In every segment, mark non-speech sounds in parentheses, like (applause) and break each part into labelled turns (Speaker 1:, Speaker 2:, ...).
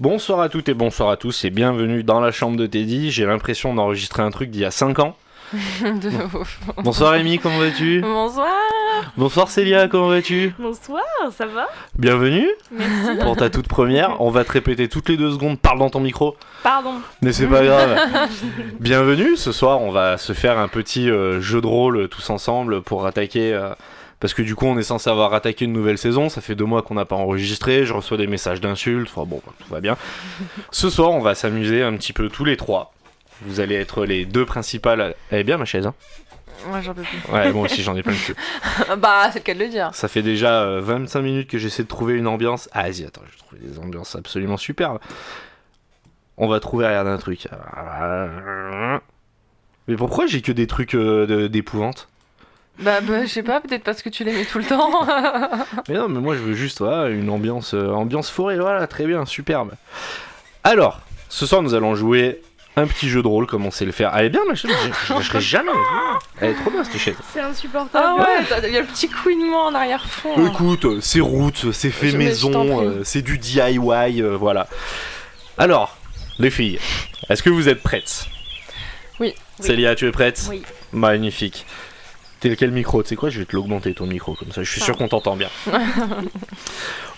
Speaker 1: Bonsoir à toutes et bonsoir à tous et bienvenue dans la chambre de Teddy. J'ai l'impression d'enregistrer un truc d'il y a 5 ans.
Speaker 2: De ouf.
Speaker 1: (laughs) Bonsoir Rémi, comment vas-tu
Speaker 2: Bonsoir.
Speaker 1: Bonsoir Célia, comment vas-tu
Speaker 3: Bonsoir, ça va
Speaker 1: Bienvenue
Speaker 2: Merci.
Speaker 1: pour ta toute première. On va te répéter toutes les deux secondes, parle dans ton micro.
Speaker 3: Pardon.
Speaker 1: Mais c'est pas grave. Bienvenue, ce soir on va se faire un petit euh, jeu de rôle tous ensemble pour attaquer... euh, parce que du coup, on est censé avoir attaqué une nouvelle saison. Ça fait deux mois qu'on n'a pas enregistré. Je reçois des messages d'insultes. Enfin bon, tout va bien. Ce soir, on va s'amuser un petit peu tous les trois. Vous allez être les deux principales. Elle est bien ma chaise, hein
Speaker 2: Moi j'en peux plus.
Speaker 1: Ouais, moi aussi j'en ai plein le cul.
Speaker 2: (laughs) Bah, c'est le cas de le dire.
Speaker 1: Ça fait déjà euh, 25 minutes que j'essaie de trouver une ambiance. Ah, vas-y, attends, je trouve des ambiances absolument superbes. On va trouver, regarde un truc. Mais pourquoi j'ai que des trucs euh, de- d'épouvante
Speaker 2: Bah, bah, je sais pas, peut-être parce que tu les mets tout le (laughs) temps.
Speaker 1: Mais non, mais moi je veux juste voilà, une ambiance, euh, ambiance forêt, voilà, très bien, superbe. Alors, ce soir nous allons jouer un petit jeu de rôle comme on sait le faire. Elle est bien ma chaise, je- je lâcherai jamais. Elle est trop bien cette chaise.
Speaker 3: C'est
Speaker 2: ah
Speaker 3: insupportable.
Speaker 2: ouais, t'as- il y a le petit couinement en arrière-fond.
Speaker 1: Écoute, euh, c'est route, c'est fait
Speaker 2: Je- mais je t'en
Speaker 1: maison,
Speaker 2: prie.
Speaker 1: euh, c'est du DIY, euh, voilà. Alors, les filles, est-ce que vous êtes prêtes
Speaker 2: Oui.
Speaker 3: Oui.
Speaker 1: Célia, tu es prête
Speaker 3: Oui.
Speaker 1: Magnifique. T'es quel micro Tu sais quoi Je vais te l'augmenter ton micro, comme ça je
Speaker 2: Ah.
Speaker 1: suis sûr qu'on t'entend bien.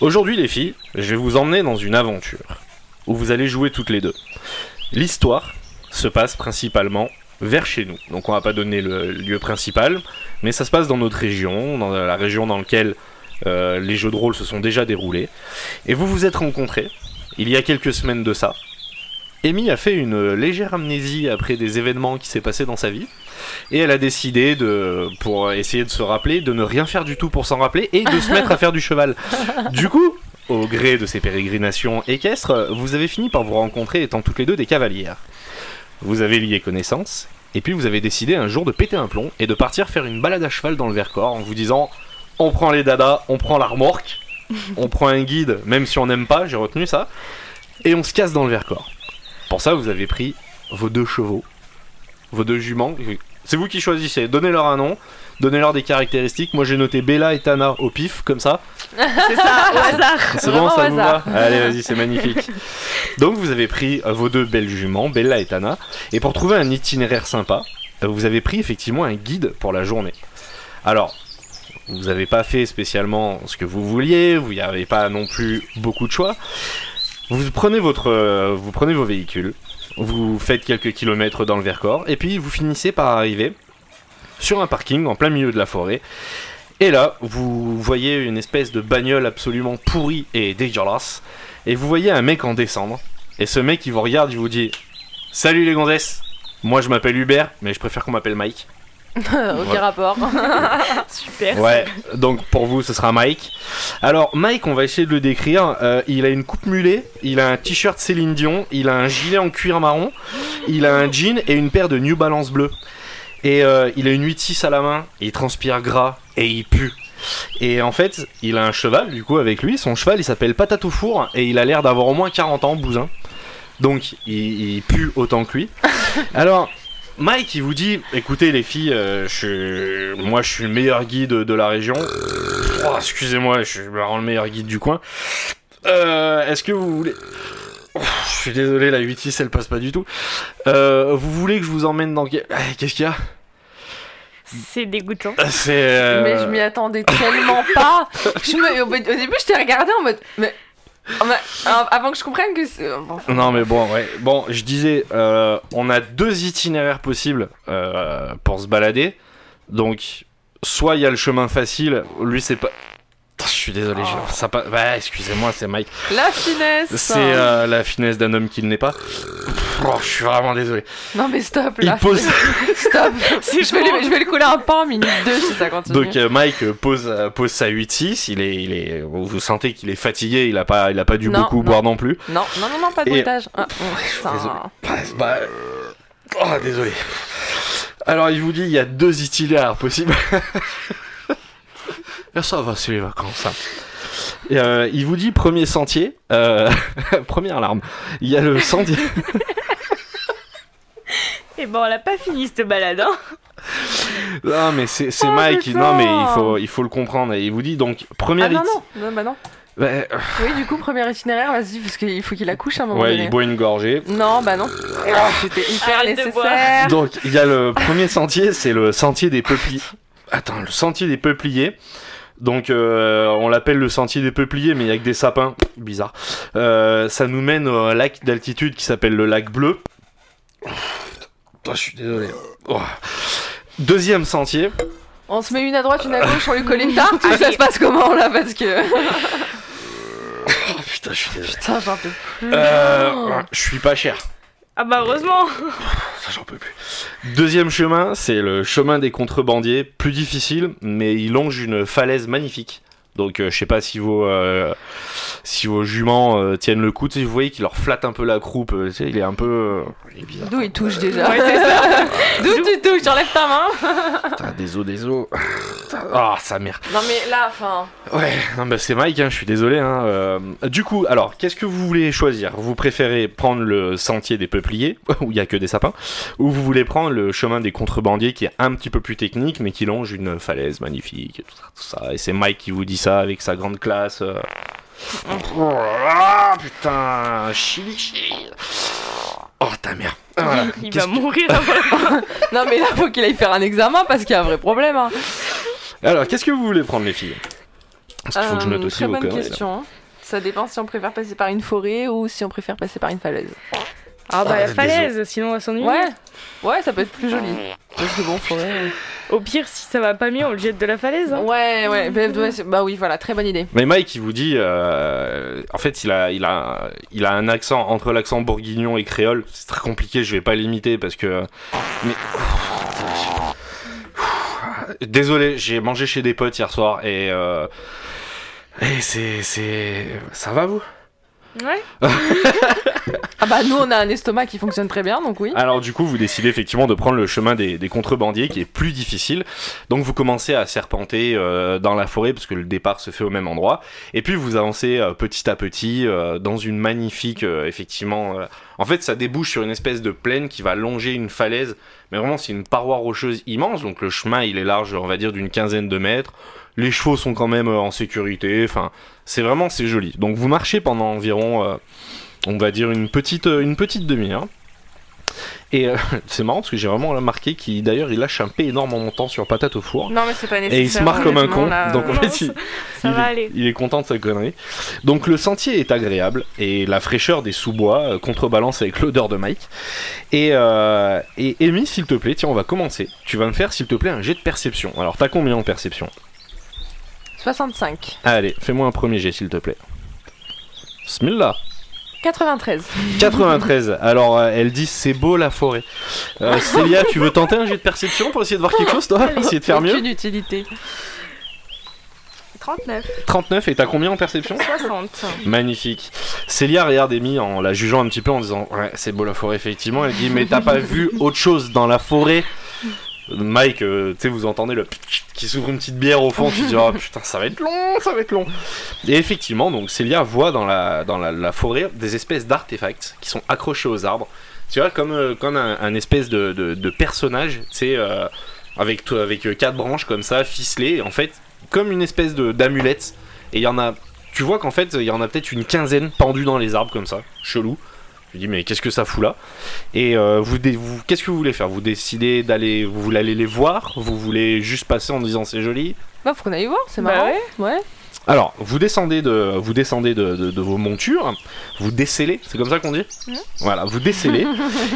Speaker 1: Aujourd'hui, les filles, je vais vous emmener dans une aventure où vous allez jouer toutes les deux. L'histoire se passe principalement vers chez nous. Donc on va pas donner le lieu principal, mais ça se passe dans notre région, dans la région dans laquelle euh, les jeux de rôle se sont déjà déroulés. Et vous vous êtes rencontrés il y a quelques semaines de ça. Amy a fait une euh, légère amnésie après des événements qui s'est passé dans sa vie. Et elle a décidé, de, pour essayer de se rappeler, de ne rien faire du tout pour s'en rappeler et de se mettre à faire du cheval. Du coup, au gré de ces pérégrinations équestres, vous avez fini par vous rencontrer étant toutes les deux des cavalières. Vous avez lié connaissance, et puis vous avez décidé un jour de péter un plomb et de partir faire une balade à cheval dans le Vercors en vous disant on prend les dadas, on prend la remorque, on prend un guide, même si on n'aime pas, j'ai retenu ça, et on se casse dans le Vercors. Pour ça, vous avez pris vos deux chevaux, vos deux juments. C'est vous qui choisissez, donnez-leur un nom, donnez-leur des caractéristiques. Moi j'ai noté Bella et Tana au pif, comme ça.
Speaker 3: C'est ça, (laughs) au hasard.
Speaker 1: C'est
Speaker 2: Vraiment
Speaker 1: bon, ça
Speaker 2: au
Speaker 1: vous va
Speaker 2: hasard.
Speaker 1: Allez, vas-y, c'est
Speaker 2: (laughs)
Speaker 1: magnifique. Donc vous avez pris euh, vos deux belles juments, Bella et Tana, et pour trouver un itinéraire sympa, euh, vous avez pris effectivement un guide pour la journée. Alors, vous n'avez pas fait spécialement ce que vous vouliez, vous n'y avez pas non plus beaucoup de choix. Vous prenez, votre, euh, vous prenez vos véhicules, vous faites quelques kilomètres dans le Vercors, et puis vous finissez par arriver sur un parking en plein milieu de la forêt, et là, vous voyez une espèce de bagnole absolument pourrie et dégueulasse. Et vous voyez un mec en descendre. Et ce mec, il vous regarde, il vous dit Salut les gonzesses Moi, je m'appelle Hubert, mais je préfère qu'on m'appelle Mike.
Speaker 2: (laughs) Aucun
Speaker 1: Voilà.
Speaker 2: rapport.
Speaker 3: Super.
Speaker 1: Ouais, donc pour vous, ce sera Mike. Alors, Mike, on va essayer de le décrire. Euh, il a une coupe mulet, il a un t-shirt Céline Dion, il a un gilet en cuir marron, il a un jean et une paire de New Balance bleu. Et euh, il a une 8-6 à la main, il transpire gras et il pue. Et en fait, il a un cheval du coup avec lui. Son cheval il s'appelle Patate au four et il a l'air d'avoir au moins 40 ans, bousin. Donc il, il pue autant que lui. Alors, Mike il vous dit écoutez les filles, euh, je suis- moi je suis le meilleur guide de la région. Oh, excusez-moi, je suis vraiment le meilleur guide du coin. Euh, Est-ce que vous voulez. Oh, je suis désolé, la 8-6 elle passe pas du tout. Euh, vous voulez que je vous emmène dans. quel- Ah, Qu'est-ce qu'il y a
Speaker 3: C'est dégoûtant.
Speaker 1: C'est. euh,
Speaker 2: Mais je m'y
Speaker 1: (laughs)
Speaker 2: attendais tellement pas. Je me- Au au début, je t'ai regardé en mode. Mais. ah, bah, ah, Avant que je comprenne que c'est. bon, enfin,
Speaker 1: Non mais bon ouais. Bon je disais euh, on a deux itinéraires possibles euh, pour se balader. Donc soit il y a le chemin facile, lui c'est pas. Putain, Je suis désolé,
Speaker 2: Oh.
Speaker 1: je- ça pas. Bah excusez-moi c'est Mike.
Speaker 2: La finesse.
Speaker 1: C'est euh, la finesse d'un homme qui ne l'est pas. Oh, je suis vraiment désolé.
Speaker 2: Non, mais stop
Speaker 1: Il
Speaker 2: là.
Speaker 1: pose.
Speaker 2: (laughs)
Speaker 1: (laughs)
Speaker 2: Stop.
Speaker 3: C'est
Speaker 2: Je vais, le, je vais le couler un pain, minute 2 si ça continue.
Speaker 1: Donc euh, Mike euh, pose euh, pose sa 8-6. Il est il est. Vous sentez qu'il est fatigué. Il a pas il a pas dû
Speaker 2: Non,
Speaker 1: beaucoup
Speaker 2: non.
Speaker 1: boire non plus.
Speaker 2: Non, non, non, non, pas de
Speaker 1: Et-
Speaker 2: bruitage. Ah, oh,
Speaker 1: désolé.
Speaker 2: putain.
Speaker 1: Bah, bah, euh, Oh, désolé. Alors, il vous dit, il y a deux itinéraires (laughs) possibles. Et ça va, c'est les vacances. hein. Et, euh, il vous dit, premier sentier, euh, (laughs) première alarme, il y a le (laughs) sentier.
Speaker 3: Et bon, on l'a pas fini cette balade, hein.
Speaker 1: Non, mais c'est c'est
Speaker 2: Oh,
Speaker 1: Mike,
Speaker 2: putain.
Speaker 1: non, mais il faut, il faut le comprendre. Et il vous dit, donc,
Speaker 2: Ah
Speaker 1: première
Speaker 2: non,
Speaker 1: iti-
Speaker 2: non, non, bah non.
Speaker 1: Bah, euh,
Speaker 2: Oui, du coup, premier itinéraire, vas-y, parce qu'il faut qu'il accouche à un moment
Speaker 1: ouais,
Speaker 2: donné.
Speaker 1: il boit une gorgée.
Speaker 2: Non, bah non. C'était hyper
Speaker 3: Arrête de
Speaker 2: nécessaire.
Speaker 1: Donc, il y a le premier sentier, c'est le sentier des peupliers. Attends, le sentier des peupliers. Donc, euh, on l'appelle le sentier des peupliers, mais il y a que des sapins. Bizarre. Euh, ça nous mène au lac d'altitude qui s'appelle le lac bleu. Oh, je suis désolé. Oh. Deuxième sentier.
Speaker 2: On se met une à droite, une à gauche, on lui colle une tarte.
Speaker 3: Allez.
Speaker 2: ça se passe comment là Parce que.
Speaker 1: Oh, putain, je suis désolé.
Speaker 2: Putain, j'en peux
Speaker 1: Euh, je suis pas cher.
Speaker 3: Ah bah (laughs) heureusement.
Speaker 1: Ça, j'en peux plus. Deuxième chemin, c'est le chemin des contrebandiers, plus difficile, mais il longe une falaise magnifique. Donc euh, je sais pas si vos euh, si vos juments euh, tiennent le coup, tu sais, vous voyez qu'il leur flatte un peu la croupe, euh, tu sais, il est un peu euh, il est bizarre.
Speaker 2: D'où il touche déjà
Speaker 3: Ouais, c'est ça.
Speaker 2: (laughs) D'où tu touches J'enlève ta main
Speaker 1: Putain, des os, des os. Ah, sa mère.
Speaker 2: Non mais là, enfin.
Speaker 1: Ouais, non, bah, c'est Mike, hein, je suis désolé. hein, euh. Du coup, alors, qu'est-ce que vous voulez choisir Vous préférez prendre le sentier des peupliers, (laughs) où il n'y a que des sapins, ou vous voulez prendre le chemin des contrebandiers, qui est un petit peu plus technique, mais qui longe une falaise magnifique, et tout ça, tout ça. Et c'est Mike qui vous dit ça avec sa grande classe. euh. Oh là là, putain, chili, chili. Oh, ta mère. Voilà.
Speaker 3: Il
Speaker 1: Qu'est-ce
Speaker 3: va
Speaker 1: que-
Speaker 3: mourir avant.
Speaker 2: Non mais là, faut qu'il aille faire un examen parce qu'il y a un vrai problème. Hein.
Speaker 1: Alors, qu'est-ce que vous voulez prendre, les filles Parce qu'il faut que je
Speaker 2: Euh,
Speaker 1: note aussi
Speaker 2: Très
Speaker 1: vos
Speaker 2: bonne
Speaker 1: conneries, là.
Speaker 2: question. hein. Ça dépend si on préfère passer par une forêt ou si on préfère passer par une falaise.
Speaker 3: Ah bah
Speaker 1: Ah,
Speaker 3: la
Speaker 1: désolé.
Speaker 3: falaise, sinon on va s'ennuyer.
Speaker 2: Ouais, ouais, ça peut être plus joli. Parce que bon, forêt.
Speaker 3: Au pire, si ça va pas mieux, on le jette de la falaise. hein.
Speaker 2: Ouais, ouais, bah, ouais, c'est- bah oui, voilà, très bonne idée.
Speaker 1: Mais Mike, il vous dit, euh, en fait, il a, il a, il a un accent entre l'accent bourguignon et créole. C'est très compliqué, je vais pas l'imiter parce que. mais- Désolé, j'ai mangé chez des potes hier soir et. euh, Et c'est, c'est, ça va vous
Speaker 3: Ouais.
Speaker 2: Ah bah nous, on a un estomac qui fonctionne très bien, donc oui.
Speaker 1: Alors du coup, vous décidez effectivement de prendre le chemin des, des contrebandiers, qui est plus difficile. Donc vous commencez à serpenter euh, dans la forêt, parce que le départ se fait au même endroit. Et puis vous avancez euh, petit à petit euh, dans une magnifique, euh, effectivement. euh, En fait, ça débouche sur une espèce de plaine qui va longer une falaise. Mais vraiment, c'est une paroi rocheuse immense. Donc le chemin, il est large, on va dire, d'une quinzaine de mètres. Les chevaux sont quand même euh, en sécurité. Enfin, c'est vraiment c'est joli. Donc vous marchez pendant environ, euh, on va dire une petite euh, une petite demi-heure. Et euh, (laughs) c'est marrant parce que j'ai vraiment marqué qu'il d'ailleurs il lâche un P énorme en montant sur patate au four.
Speaker 2: Non mais c'est pas
Speaker 1: Et il se marre comme un con. Donc en
Speaker 3: non,
Speaker 1: fait, il,
Speaker 3: euh, (laughs) Ça
Speaker 1: il
Speaker 3: va
Speaker 1: est-
Speaker 3: aller.
Speaker 1: il est content de sa connerie. Donc le sentier est agréable et la fraîcheur des sous-bois euh, contrebalance avec l'odeur de Mike. Et, euh, et Amy, s'il te plaît, tiens, on va commencer. Tu vas me faire, s'il te plaît, un jet de perception. Alors t'as combien en perception
Speaker 2: euh, 65.
Speaker 1: Allez, fais-moi un premier jet, s'il te plaît. Smilla (laughs)
Speaker 2: 93.
Speaker 1: 93. Alors euh, elle dit c'est beau la forêt. Euh, Célia, tu veux tenter un jet de perception pour essayer de voir quelque chose toi Essayer de faire mieux
Speaker 2: Aucune utilité.
Speaker 3: 39,
Speaker 1: 39 et t'as combien en perception
Speaker 3: 60.
Speaker 1: (laughs) Magnifique. Célia regarde Amy en la jugeant un petit peu en disant Ouais, c'est beau la forêt, effectivement. Elle dit Mais t'as pas vu autre chose dans la forêt Mike, euh, tu sais, vous entendez le (laughs) qui s'ouvre une petite bière au fond. Tu te dis Oh putain, ça va être long, ça va être long. Et effectivement, donc Célia voit dans la, dans la, la forêt des espèces d'artefacts qui sont accrochés aux arbres. Tu vois, comme, euh, comme un, un espèce de, de, de personnage, tu sais, euh, avec, to- avec euh, quatre branches comme ça, ficelées, et en fait, comme une espèce de- d'amulette. Et il y en a tu vois qu'en fait, il y en a peut-être une quinzaine pendus dans les arbres comme ça, chelou. Je dis mais qu'est-ce que ça fout là Et euh, vous, dé- vous- qu'est-ce que vous voulez faire Vous décidez d'aller, vous voulez aller les voir Vous voulez juste passer en disant c'est joli
Speaker 2: Bah faut qu'on aille voir, c'est
Speaker 3: Bah
Speaker 2: marrant. ouais.
Speaker 1: Alors vous descendez de, vous descendez de, de- de vos montures, vous décellez, c'est comme ça qu'on dit
Speaker 2: Mhm.
Speaker 1: Voilà, vous décellez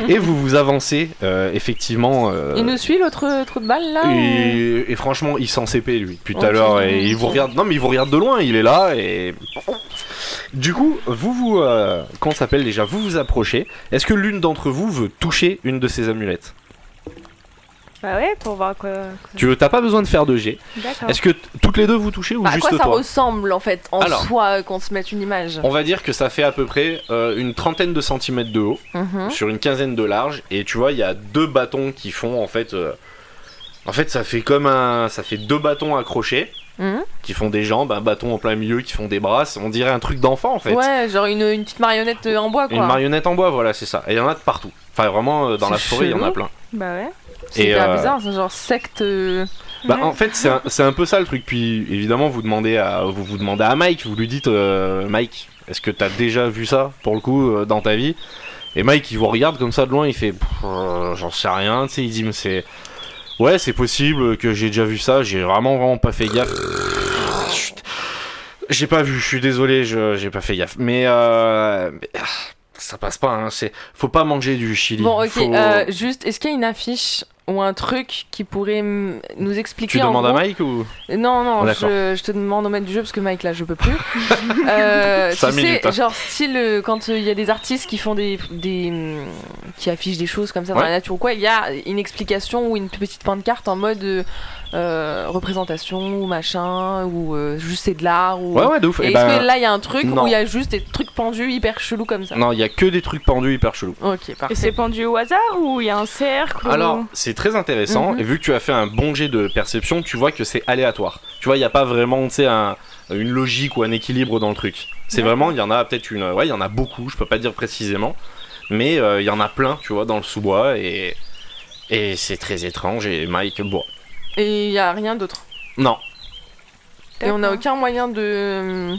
Speaker 1: et vous vous avancez euh, effectivement. euh,
Speaker 2: Il nous suit l'autre trou de balle là ou-
Speaker 1: et, et franchement, il s'en CP lui depuis tout à
Speaker 2: Ok.
Speaker 1: l'heure et il vous regarde. Non, mais il vous regarde de loin. Il est là et du coup, vous vous euh, comment ça s'appelle déjà Vous vous approchez. Est-ce que l'une d'entre vous veut toucher une de ces amulettes
Speaker 3: Bah ouais, pour voir quoi.
Speaker 1: Tu veux T'as pas besoin de faire de G.
Speaker 3: D'accord.
Speaker 1: Est-ce que t- toutes les deux vous touchez ou
Speaker 2: Ah. Bah, à
Speaker 1: juste
Speaker 2: quoi ça
Speaker 1: toi
Speaker 2: ressemble en fait en
Speaker 1: Alors.
Speaker 2: soi euh, qu'on se mette une image
Speaker 1: On va dire que ça fait à peu près euh, une trentaine de centimètres de haut
Speaker 2: Mhm.
Speaker 1: sur une quinzaine de large et tu vois il y a deux bâtons qui font en fait. euh, En fait, ça fait comme un, ça fait deux bâtons accrochés.
Speaker 2: Mhm.
Speaker 1: qui font des jambes, un bâton en plein milieu, qui font des bras, c'est- on dirait un truc d'enfant en fait.
Speaker 2: Ouais, genre une, une petite marionnette euh, en bois quoi.
Speaker 1: Une marionnette en bois, voilà, c'est ça. Et il y en a de partout. Enfin, vraiment, euh, dans
Speaker 2: C'est
Speaker 1: la forêt, il y en a
Speaker 2: chelou.
Speaker 1: plein.
Speaker 3: Bah ouais.
Speaker 2: C'est
Speaker 1: et,
Speaker 2: hyper
Speaker 1: euh,
Speaker 2: bizarre, c'est genre secte. euh,
Speaker 1: Bah, en fait, c'est un, c'est un peu ça le truc. Puis évidemment, vous demandez à, vous, vous demandez à Mike, vous lui dites euh, Mike, est-ce que t'as déjà vu ça pour le coup euh, dans ta vie Et Mike, il vous regarde comme ça de loin, il fait Pff, euh, J'en sais rien, tu sais, il dit Mais c'est. Ouais, c'est possible que j'ai déjà vu ça, j'ai vraiment, vraiment pas fait gaffe. Chut. J'ai pas vu, je suis désolé, je- j'ai pas fait gaffe. Mais. euh, mais, ah, ça passe pas, hein, c'est. Faut pas manger du chili.
Speaker 2: Bon, ok,
Speaker 1: Faut-
Speaker 2: euh, juste, est-ce qu'il y a une affiche ou un truc qui pourrait mm, nous expliquer
Speaker 1: Tu
Speaker 2: en
Speaker 1: demandes à
Speaker 2: gros-
Speaker 1: Mike ou
Speaker 2: Non, non,
Speaker 1: Oh, d'accord.
Speaker 2: je, je te demande au maître du jeu parce que Mike, là, je peux (laughs) plus. euh, tu
Speaker 1: Cinq minutes, hein.
Speaker 2: sais, genre, style, euh, quand euh, il y a des artistes qui font des. des hum, qui affichent des choses comme ça dans
Speaker 1: Ouais.
Speaker 2: la nature ou quoi, il y a une explication ou une petite pancarte en mode euh, euh, représentation ou machin, ou euh, juste c'est de l'art. Ou...
Speaker 1: Ouais, ouais, de ouf.
Speaker 2: Et
Speaker 1: Eh
Speaker 2: est-ce
Speaker 1: ben,
Speaker 2: que là, il y a un truc
Speaker 1: non.
Speaker 2: où il y a juste des trucs pendus hyper chelous comme ça
Speaker 1: Non, il y a que des trucs pendus hyper chelous.
Speaker 2: Ok,
Speaker 3: Et
Speaker 2: parfait.
Speaker 3: c'est pendu au hasard ou il y a un cercle ou-
Speaker 1: Alors, c'est très intéressant.
Speaker 2: Oh. Mhm.
Speaker 1: Et vu que tu as fait un bon jet de perception, tu vois que c'est aléatoire. Tu vois, il n'y a pas vraiment, tu sais, un- une logique ou un équilibre dans le truc. C'est
Speaker 3: D'accord.
Speaker 1: vraiment, il y en a peut-être une. Ouais, il y en a beaucoup, je peux pas dire précisément. Mais euh, il y en a plein, tu vois, dans le sous-bois. Et, et c'est très étrange. Et Mike, bon.
Speaker 2: Et il n'y a rien d'autre.
Speaker 1: Non,
Speaker 2: Et on n'a
Speaker 3: D'accord.
Speaker 2: aucun moyen de.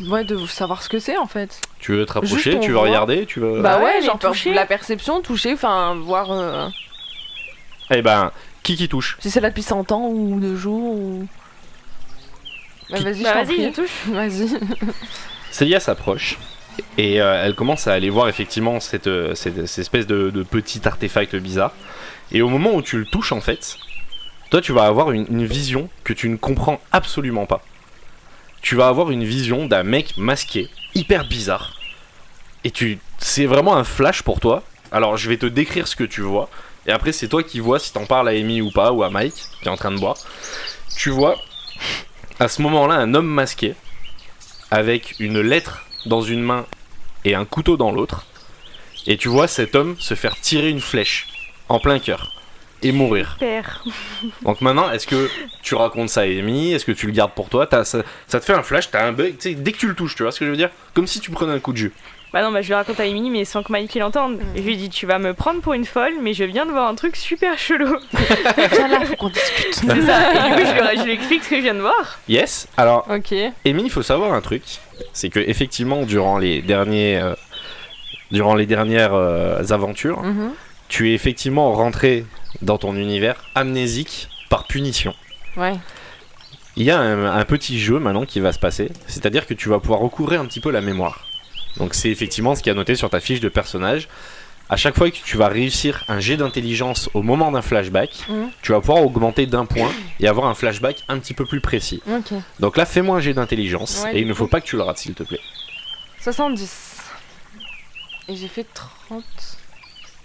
Speaker 2: mm, Ouais, de savoir ce que c'est en fait.
Speaker 1: tu veux te rapprocher,
Speaker 2: Juste, on
Speaker 1: tu veux
Speaker 2: voit.
Speaker 1: regarder, tu veux.
Speaker 2: bah ouais,
Speaker 3: ouais,
Speaker 2: genre
Speaker 3: les toucher.
Speaker 2: la perception, toucher, enfin voir euh,
Speaker 1: Eh ben, qui qui touche
Speaker 2: si c'est là depuis 100 ans ou deux jours ou. Bah
Speaker 1: Qui-
Speaker 2: vas-y,
Speaker 3: Bah
Speaker 2: je t'en
Speaker 3: vas-y, je
Speaker 2: prie.
Speaker 3: touche.
Speaker 2: (laughs) Vas-y.
Speaker 1: Célia s'approche et euh, elle commence à aller voir effectivement cette, euh, cette- cette espèce de, de petit artefact bizarre. Et au moment où tu le touches en fait, toi tu vas avoir une, une vision que tu ne comprends absolument pas. Tu vas avoir une vision d'un mec masqué, hyper bizarre. Et tu, c'est vraiment un flash pour toi. Alors je vais te décrire ce que tu vois. Et après c'est toi qui vois si t'en parles à Amy ou pas ou à Mike qui est en train de boire. Tu vois à ce moment-là un homme masqué avec une lettre dans une main et un couteau dans l'autre. Et tu vois cet homme se faire tirer une flèche en plein cœur et mourir.
Speaker 3: Père.
Speaker 1: Donc maintenant, est-ce que tu racontes ça à Amy Est-ce que tu le gardes pour toi T'as- ça, ça te fait un flash, t'as un bug. tu sais, dès que tu le touches, tu vois ce que je veux dire Comme si tu prenais un coup de jus.
Speaker 3: Bah non, bah je le raconte à Emily, mais sans que Mike l'entende.
Speaker 2: Mm.
Speaker 3: Et je lui dis Tu vas me prendre pour une folle, mais je viens de voir un truc super (laughs) chelou.
Speaker 2: Viens là, faut qu'on discute.
Speaker 3: C'est ça. Et du coup, je lui, je lui explique ce que je viens de voir.
Speaker 1: Yes Alors,
Speaker 2: ok.
Speaker 1: Amy, il faut savoir un truc. C'est que effectivement, durant les derniers, euh, durant les dernières euh, aventures,
Speaker 2: Mhm.
Speaker 1: tu es effectivement rentré dans ton univers amnésique par punition.
Speaker 2: Ouais.
Speaker 1: Il y a un, un petit jeu maintenant qui va se passer, c'est-à-dire que tu vas pouvoir recouvrir un petit peu la mémoire. Donc c'est effectivement ce qui a noté sur ta fiche de personnage. À chaque fois que tu vas réussir un jet d'intelligence au moment d'un flashback,
Speaker 2: Mhm.
Speaker 1: tu vas pouvoir augmenter d'un point et avoir un flashback un petit peu plus précis.
Speaker 2: Ok.
Speaker 1: Donc là, fais-moi un jet d'intelligence
Speaker 2: Ouais,
Speaker 1: et
Speaker 2: du
Speaker 1: il ne
Speaker 2: coup.
Speaker 1: faut pas que tu le rates, s'il te plaît.
Speaker 2: 70. Et j'ai fait 30.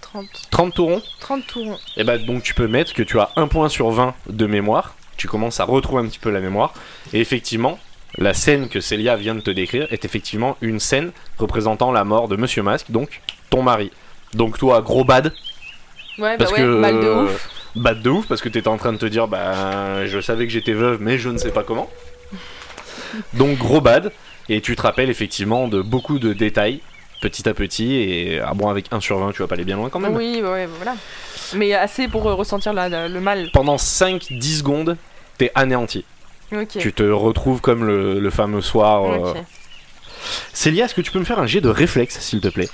Speaker 2: 30.
Speaker 1: 30 tourons,
Speaker 2: 30 tours.
Speaker 1: et bah donc tu peux mettre que tu as un point sur 20 de mémoire. Tu commences à retrouver un petit peu la mémoire et effectivement. La scène que Célia vient de te décrire est effectivement une scène représentant la mort de Monsieur Masque, donc ton mari. Donc toi, gros bad,
Speaker 2: Ouais, bah
Speaker 1: Parce
Speaker 2: ouais,
Speaker 1: que- euh,
Speaker 2: mal de ouf.
Speaker 1: bad de ouf, parce que t'étais en train de te dire, bah, je savais que j'étais veuve, mais je ne sais pas comment. Donc gros bad, et tu te rappelles effectivement de beaucoup de détails, petit à petit, et ah bon, avec 1 sur 20, tu vas pas aller bien loin quand même.
Speaker 2: Oui, bah ouais, bah voilà. Mais assez pour euh, ressentir la- la- le mal.
Speaker 1: Pendant 5-10 secondes, t'es anéanti.
Speaker 2: Ok.
Speaker 1: Tu te retrouves comme le, le fameux soir. euh,
Speaker 2: Ok.
Speaker 1: Célia, est-ce que tu peux me faire un jet de réflexe, s'il te plaît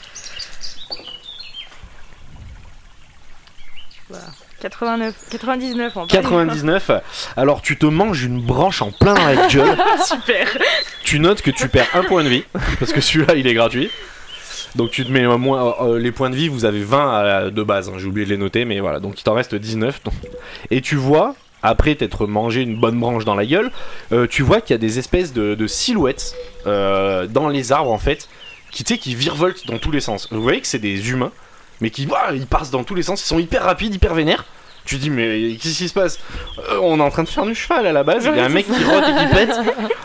Speaker 3: 89, 99 en
Speaker 1: 99. Alors tu te manges une branche en plein dans la
Speaker 2: (laughs)
Speaker 1: gueule.
Speaker 3: Super.
Speaker 1: Tu notes que tu perds un point de vie, parce que celui-là il est gratuit. Donc tu te mets euh, moins, euh, euh, les points de vie, vous avez 20 à la- de base, hein, j'ai oublié de les noter, mais voilà, donc il t'en reste 19. donc. Et tu vois, après t'être mangé une bonne branche dans la gueule, euh, tu vois qu'il y a des espèces de, de silhouettes euh, dans les arbres en fait, qui, tu sais, qui virevoltent dans tous les sens. Vous voyez que c'est des humains, mais qui ouah, ils passent dans tous les sens, ils sont hyper rapides, hyper vénères. Tu dis mais qu'est-ce qui se passe Euh, On est en train de faire du cheval à la base, il y a un mec qui rote et qui pète.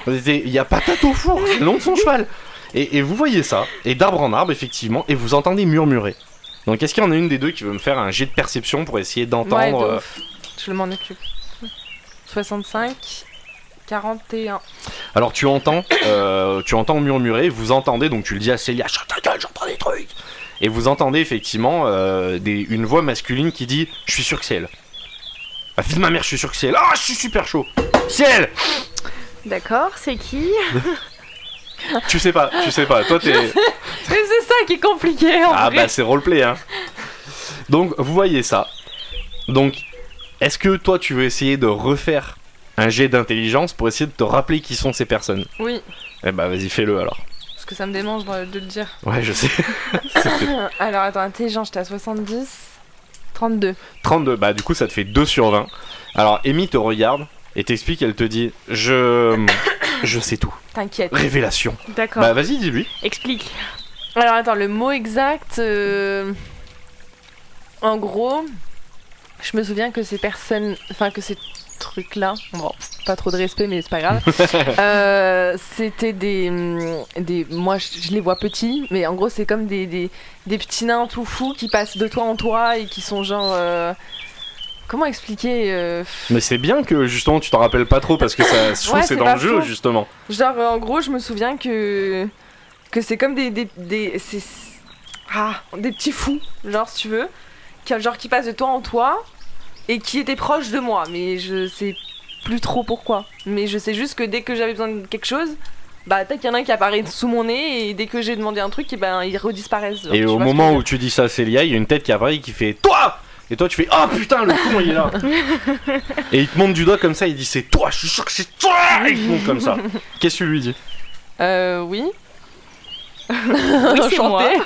Speaker 1: On était- Il y a patate au four, c'est le nom de son cheval. Et, et vous voyez ça, et d'arbre en arbre, effectivement, et vous entendez murmurer. Donc est-ce qu'il y en a une des deux qui veut me faire un jet de perception pour essayer
Speaker 2: Ouais, de
Speaker 1: d'entendre euh,
Speaker 2: ouf. Je m'en occupe. 65, 41.
Speaker 1: Alors tu entends, euh, tu entends murmurer, vous entendez, donc tu le dis à Célia, Chut, ta gueule, j'entends des trucs. Et vous entendez effectivement euh, des- une voix masculine qui dit, je suis sûr que c'est elle. La fille de ma mère, je suis sûr que c'est elle. Ah, je suis super chaud. C'est elle.
Speaker 3: D'accord, c'est qui
Speaker 1: Tu sais pas, tu sais pas. Toi, t'es.
Speaker 2: (laughs) Mais c'est ça qui est compliqué en
Speaker 1: Ah
Speaker 2: vrai.
Speaker 1: bah c'est roleplay hein. Donc vous voyez ça. Donc est-ce que toi tu veux essayer de refaire un jet d'intelligence pour essayer de te rappeler qui sont ces personnes
Speaker 2: Oui,
Speaker 1: Eh bah vas-y fais-le alors.
Speaker 2: parce que ça me démange de de le dire. Euh,
Speaker 1: Ouais je sais. (laughs) C'était
Speaker 2: Alors attends, intelligent, j'étais à 70. 32.
Speaker 1: 32 bah du coup ça te fait 2 sur 20. Alors Amy te regarde et t'explique elle te dit je je sais tout.
Speaker 2: T'inquiète.
Speaker 1: Révélation.
Speaker 3: D'accord,
Speaker 1: Bah vas-y dis-lui.
Speaker 2: (laughs)
Speaker 3: explique.
Speaker 2: Alors attends, le mot exact. euh, En gros, je me souviens que ces personnes. Enfin, que ces trucs-là. Bon, pas trop de respect, mais c'est pas grave. Euh, C'était des, hum, des. Moi, je je les vois petits, mais en gros, c'est comme des, des, des petits nains tout fous qui passent de toi en toi et qui sont genre. euh, Comment expliquer euh,
Speaker 1: Mais c'est bien que justement tu t'en rappelles pas trop parce que ça je trouve
Speaker 2: Ouais,
Speaker 1: que c'est
Speaker 2: c'est
Speaker 1: dans
Speaker 2: pas
Speaker 1: le jeu
Speaker 2: faux.
Speaker 1: justement.
Speaker 2: Genre, euh, en gros, je me souviens que, que c'est comme des, des, des, c'est- ah, des petits fous, genre, si tu veux, qui, genre, qui passent de toi en toi et qui étaient proches de moi, mais je sais plus trop pourquoi. Mais je sais juste que dès que j'avais besoin de quelque chose, bah, tac, y en a un qui apparaît sous mon nez et dès que j'ai demandé un truc, et ben, ils redisparaissent. genre,
Speaker 1: Et
Speaker 2: tu
Speaker 1: au
Speaker 2: vois ce que je
Speaker 1: moment
Speaker 2: veux
Speaker 1: où tu dis ça à Célia, il y a une tête qui apparaît et qui fait Toi Et toi, tu fais Ah putain, le con, il est
Speaker 2: (laughs)
Speaker 1: là Et il te montre du doigt comme ça, il dit C'est toi, je suis sûr que c'est toi Et il te montre comme ça. Qu'est-ce que tu lui dis
Speaker 2: dire Euh, oui.
Speaker 3: Oui, c'est moi.
Speaker 2: Enchanté.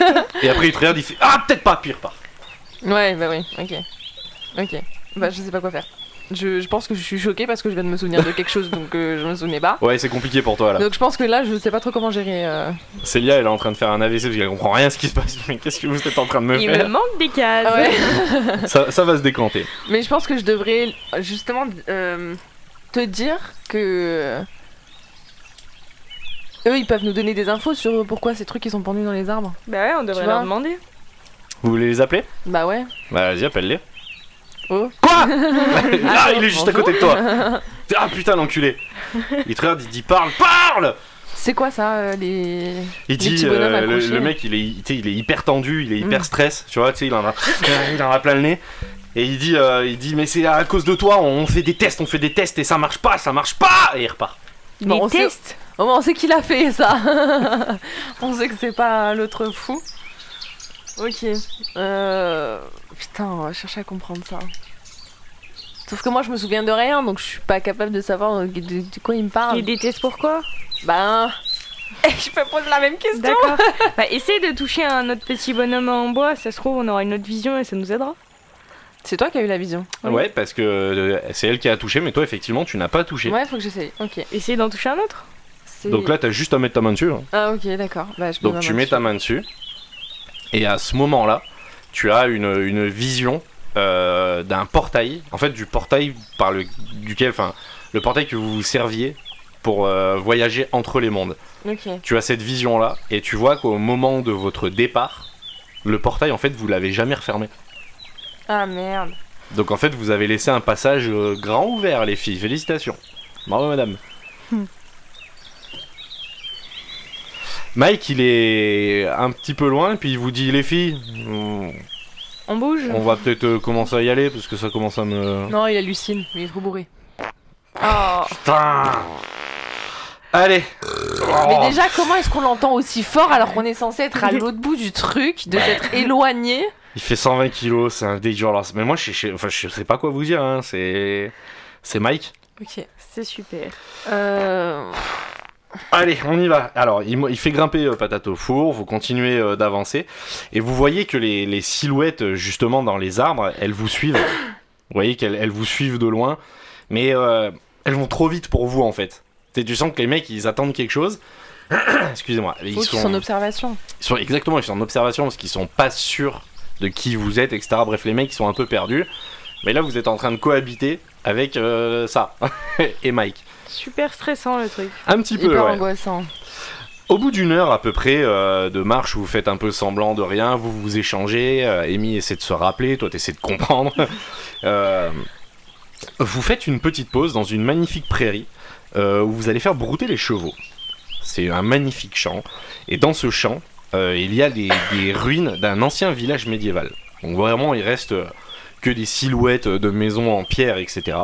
Speaker 1: Et après, il te regarde, il fait Ah, peut-être pas, pire part.
Speaker 2: Ouais, bah oui, ok. Ok. Bah, je sais pas quoi faire. Je, je pense que je suis choquée parce que je viens de me souvenir de quelque chose, donc euh, je me souvenais pas.
Speaker 1: Ouais, c'est compliqué pour toi là.
Speaker 2: Donc je pense que là, je sais pas trop comment gérer. euh.
Speaker 1: Célia, elle est en train de faire un AVC parce qu'elle comprend rien à ce qui se passe. Mais qu'est-ce que vous êtes en train de me
Speaker 3: Il me
Speaker 1: faire
Speaker 3: manque des cases.
Speaker 2: Ah
Speaker 1: (laughs) ça, ça va se décanter.
Speaker 2: (laughs) Mais je pense que je devrais euh, justement euh, te dire que euh, eux, ils peuvent nous donner des infos sur pourquoi ces trucs ils sont pendus dans les arbres.
Speaker 3: Bah ouais, on devrait
Speaker 2: Tu vois
Speaker 3: leur demander.
Speaker 1: Vous voulez les appeler
Speaker 2: Bah ouais.
Speaker 1: Bah, vas-y, appelle-les.
Speaker 2: Oh.
Speaker 1: Quoi (laughs) Ah, il est juste à
Speaker 2: bonjour.
Speaker 1: côté de toi. Ah putain, l'enculé. Il te regarde, il dit Parle, parle
Speaker 2: C'est quoi ça euh, les
Speaker 1: Il
Speaker 2: Les
Speaker 1: dit,
Speaker 2: petits bonhommes
Speaker 1: euh, le,
Speaker 2: accrochés.
Speaker 1: le mec, il est, tu sais, il est hyper tendu, il est hyper
Speaker 2: Mm.
Speaker 1: stress, tu vois, tu sais, il en a, (laughs) il en a plein le nez. Et il dit, euh, il dit, mais c'est à cause de toi, on fait des tests, on fait des tests et ça marche pas, ça marche pas, et il repart.
Speaker 2: Bon, on
Speaker 3: Les
Speaker 2: sait,
Speaker 3: tests
Speaker 2: au moins, on sait qui l'a fait ça. (laughs) on sait que c'est pas l'autre fou. Ok. Euh... Putain, on va chercher à comprendre ça. Sauf que moi, je me souviens de rien, donc je suis pas capable de savoir euh, de, de quoi il me parle.
Speaker 3: Ils détestent pourquoi
Speaker 2: Ben. Je peux poser la même question (laughs)
Speaker 3: D'accord. bah essaye de toucher un autre petit bonhomme en bois, ça se trouve on aura une autre vision et ça nous aidera.
Speaker 2: C'est toi qui as eu la vision.
Speaker 3: Oui.
Speaker 1: Ouais, parce que euh, c'est elle qui a touché, mais toi, effectivement, tu n'as pas touché.
Speaker 2: Ouais, faut que j'essaye. Ok.
Speaker 3: Essaye d'en toucher un autre.
Speaker 2: C'est-
Speaker 1: Donc là, t'as juste à mettre ta main dessus. hein.
Speaker 2: Ah, ok, d'accord. Bah, je mets
Speaker 1: Donc
Speaker 2: ma
Speaker 1: tu
Speaker 2: main
Speaker 1: mets ta
Speaker 2: dessus.
Speaker 1: main dessus, et à ce moment-là, tu as une, une vision euh, d'un portail, en fait du portail par le, duquel, enfin, le portail que vous vous serviez pour euh, voyager entre les mondes.
Speaker 2: Ok.
Speaker 1: Tu as cette vision-là, et tu vois qu'au moment de votre départ, le portail, en fait, vous l'avez jamais refermé.
Speaker 2: Ah, merde.
Speaker 1: Donc en fait, vous avez laissé un passage euh, grand ouvert, les filles. Félicitations. Bravo, madame.
Speaker 3: Hmm.
Speaker 1: Mike, il est un petit peu loin, puis il vous dit, les filles, on
Speaker 3: On bouge
Speaker 1: on va peut-être euh, commencer à y aller, parce que ça commence à me...
Speaker 2: Non, il hallucine. Il est trop bourré. Oh.
Speaker 1: Putain Allez
Speaker 2: Mais
Speaker 1: Oh.
Speaker 2: déjà, comment est-ce qu'on l'entend aussi fort alors qu'on est censé (laughs) être à l'autre bout du truc, de s'être éloigné
Speaker 1: Il fait 120 kilos, c'est un dégueulasse. Mais moi, je, sais- enfin, je sais pas quoi vous dire, hein. c'est... C'est Mike
Speaker 2: Ok.
Speaker 3: C'est super.
Speaker 2: Euh...
Speaker 1: Allez, on y va. Alors, il, mo- il fait grimper euh, patate au four, vous continuez euh, d'avancer, et vous voyez que les, les silhouettes, euh, justement, dans les arbres, elles vous suivent. vous voyez qu'elles elles vous suivent de loin, mais euh, elles vont trop vite pour vous, en fait. Tu tu sens que les mecs, ils attendent quelque chose. (coughs) Excusez-moi. Ils
Speaker 2: Faut qu'ils sont en observation.
Speaker 1: ils sont- exactement, ils sont en observation, parce qu'ils sont pas sûrs de qui vous êtes, etc. Bref, les mecs, ils sont un peu perdus. Mais là, vous êtes en train de cohabiter avec euh, ça, (laughs) et Mike.
Speaker 3: Super stressant le truc.
Speaker 1: Un petit peu,
Speaker 2: Hyper
Speaker 1: ouais.
Speaker 2: angoissant.
Speaker 1: Au bout d'une heure à peu près euh, de marche, où vous faites un peu semblant de rien, vous vous échangez, euh, Amy essaie de se rappeler, toi t'essaies de comprendre. (laughs) Euh, vous faites une petite pause dans une magnifique prairie euh, où vous allez faire brouter les chevaux. C'est un magnifique champ, et dans ce champ, euh, il y a des, des ruines d'un ancien village médiéval. Donc vraiment, il reste euh, que des silhouettes de maisons en pierre, etc.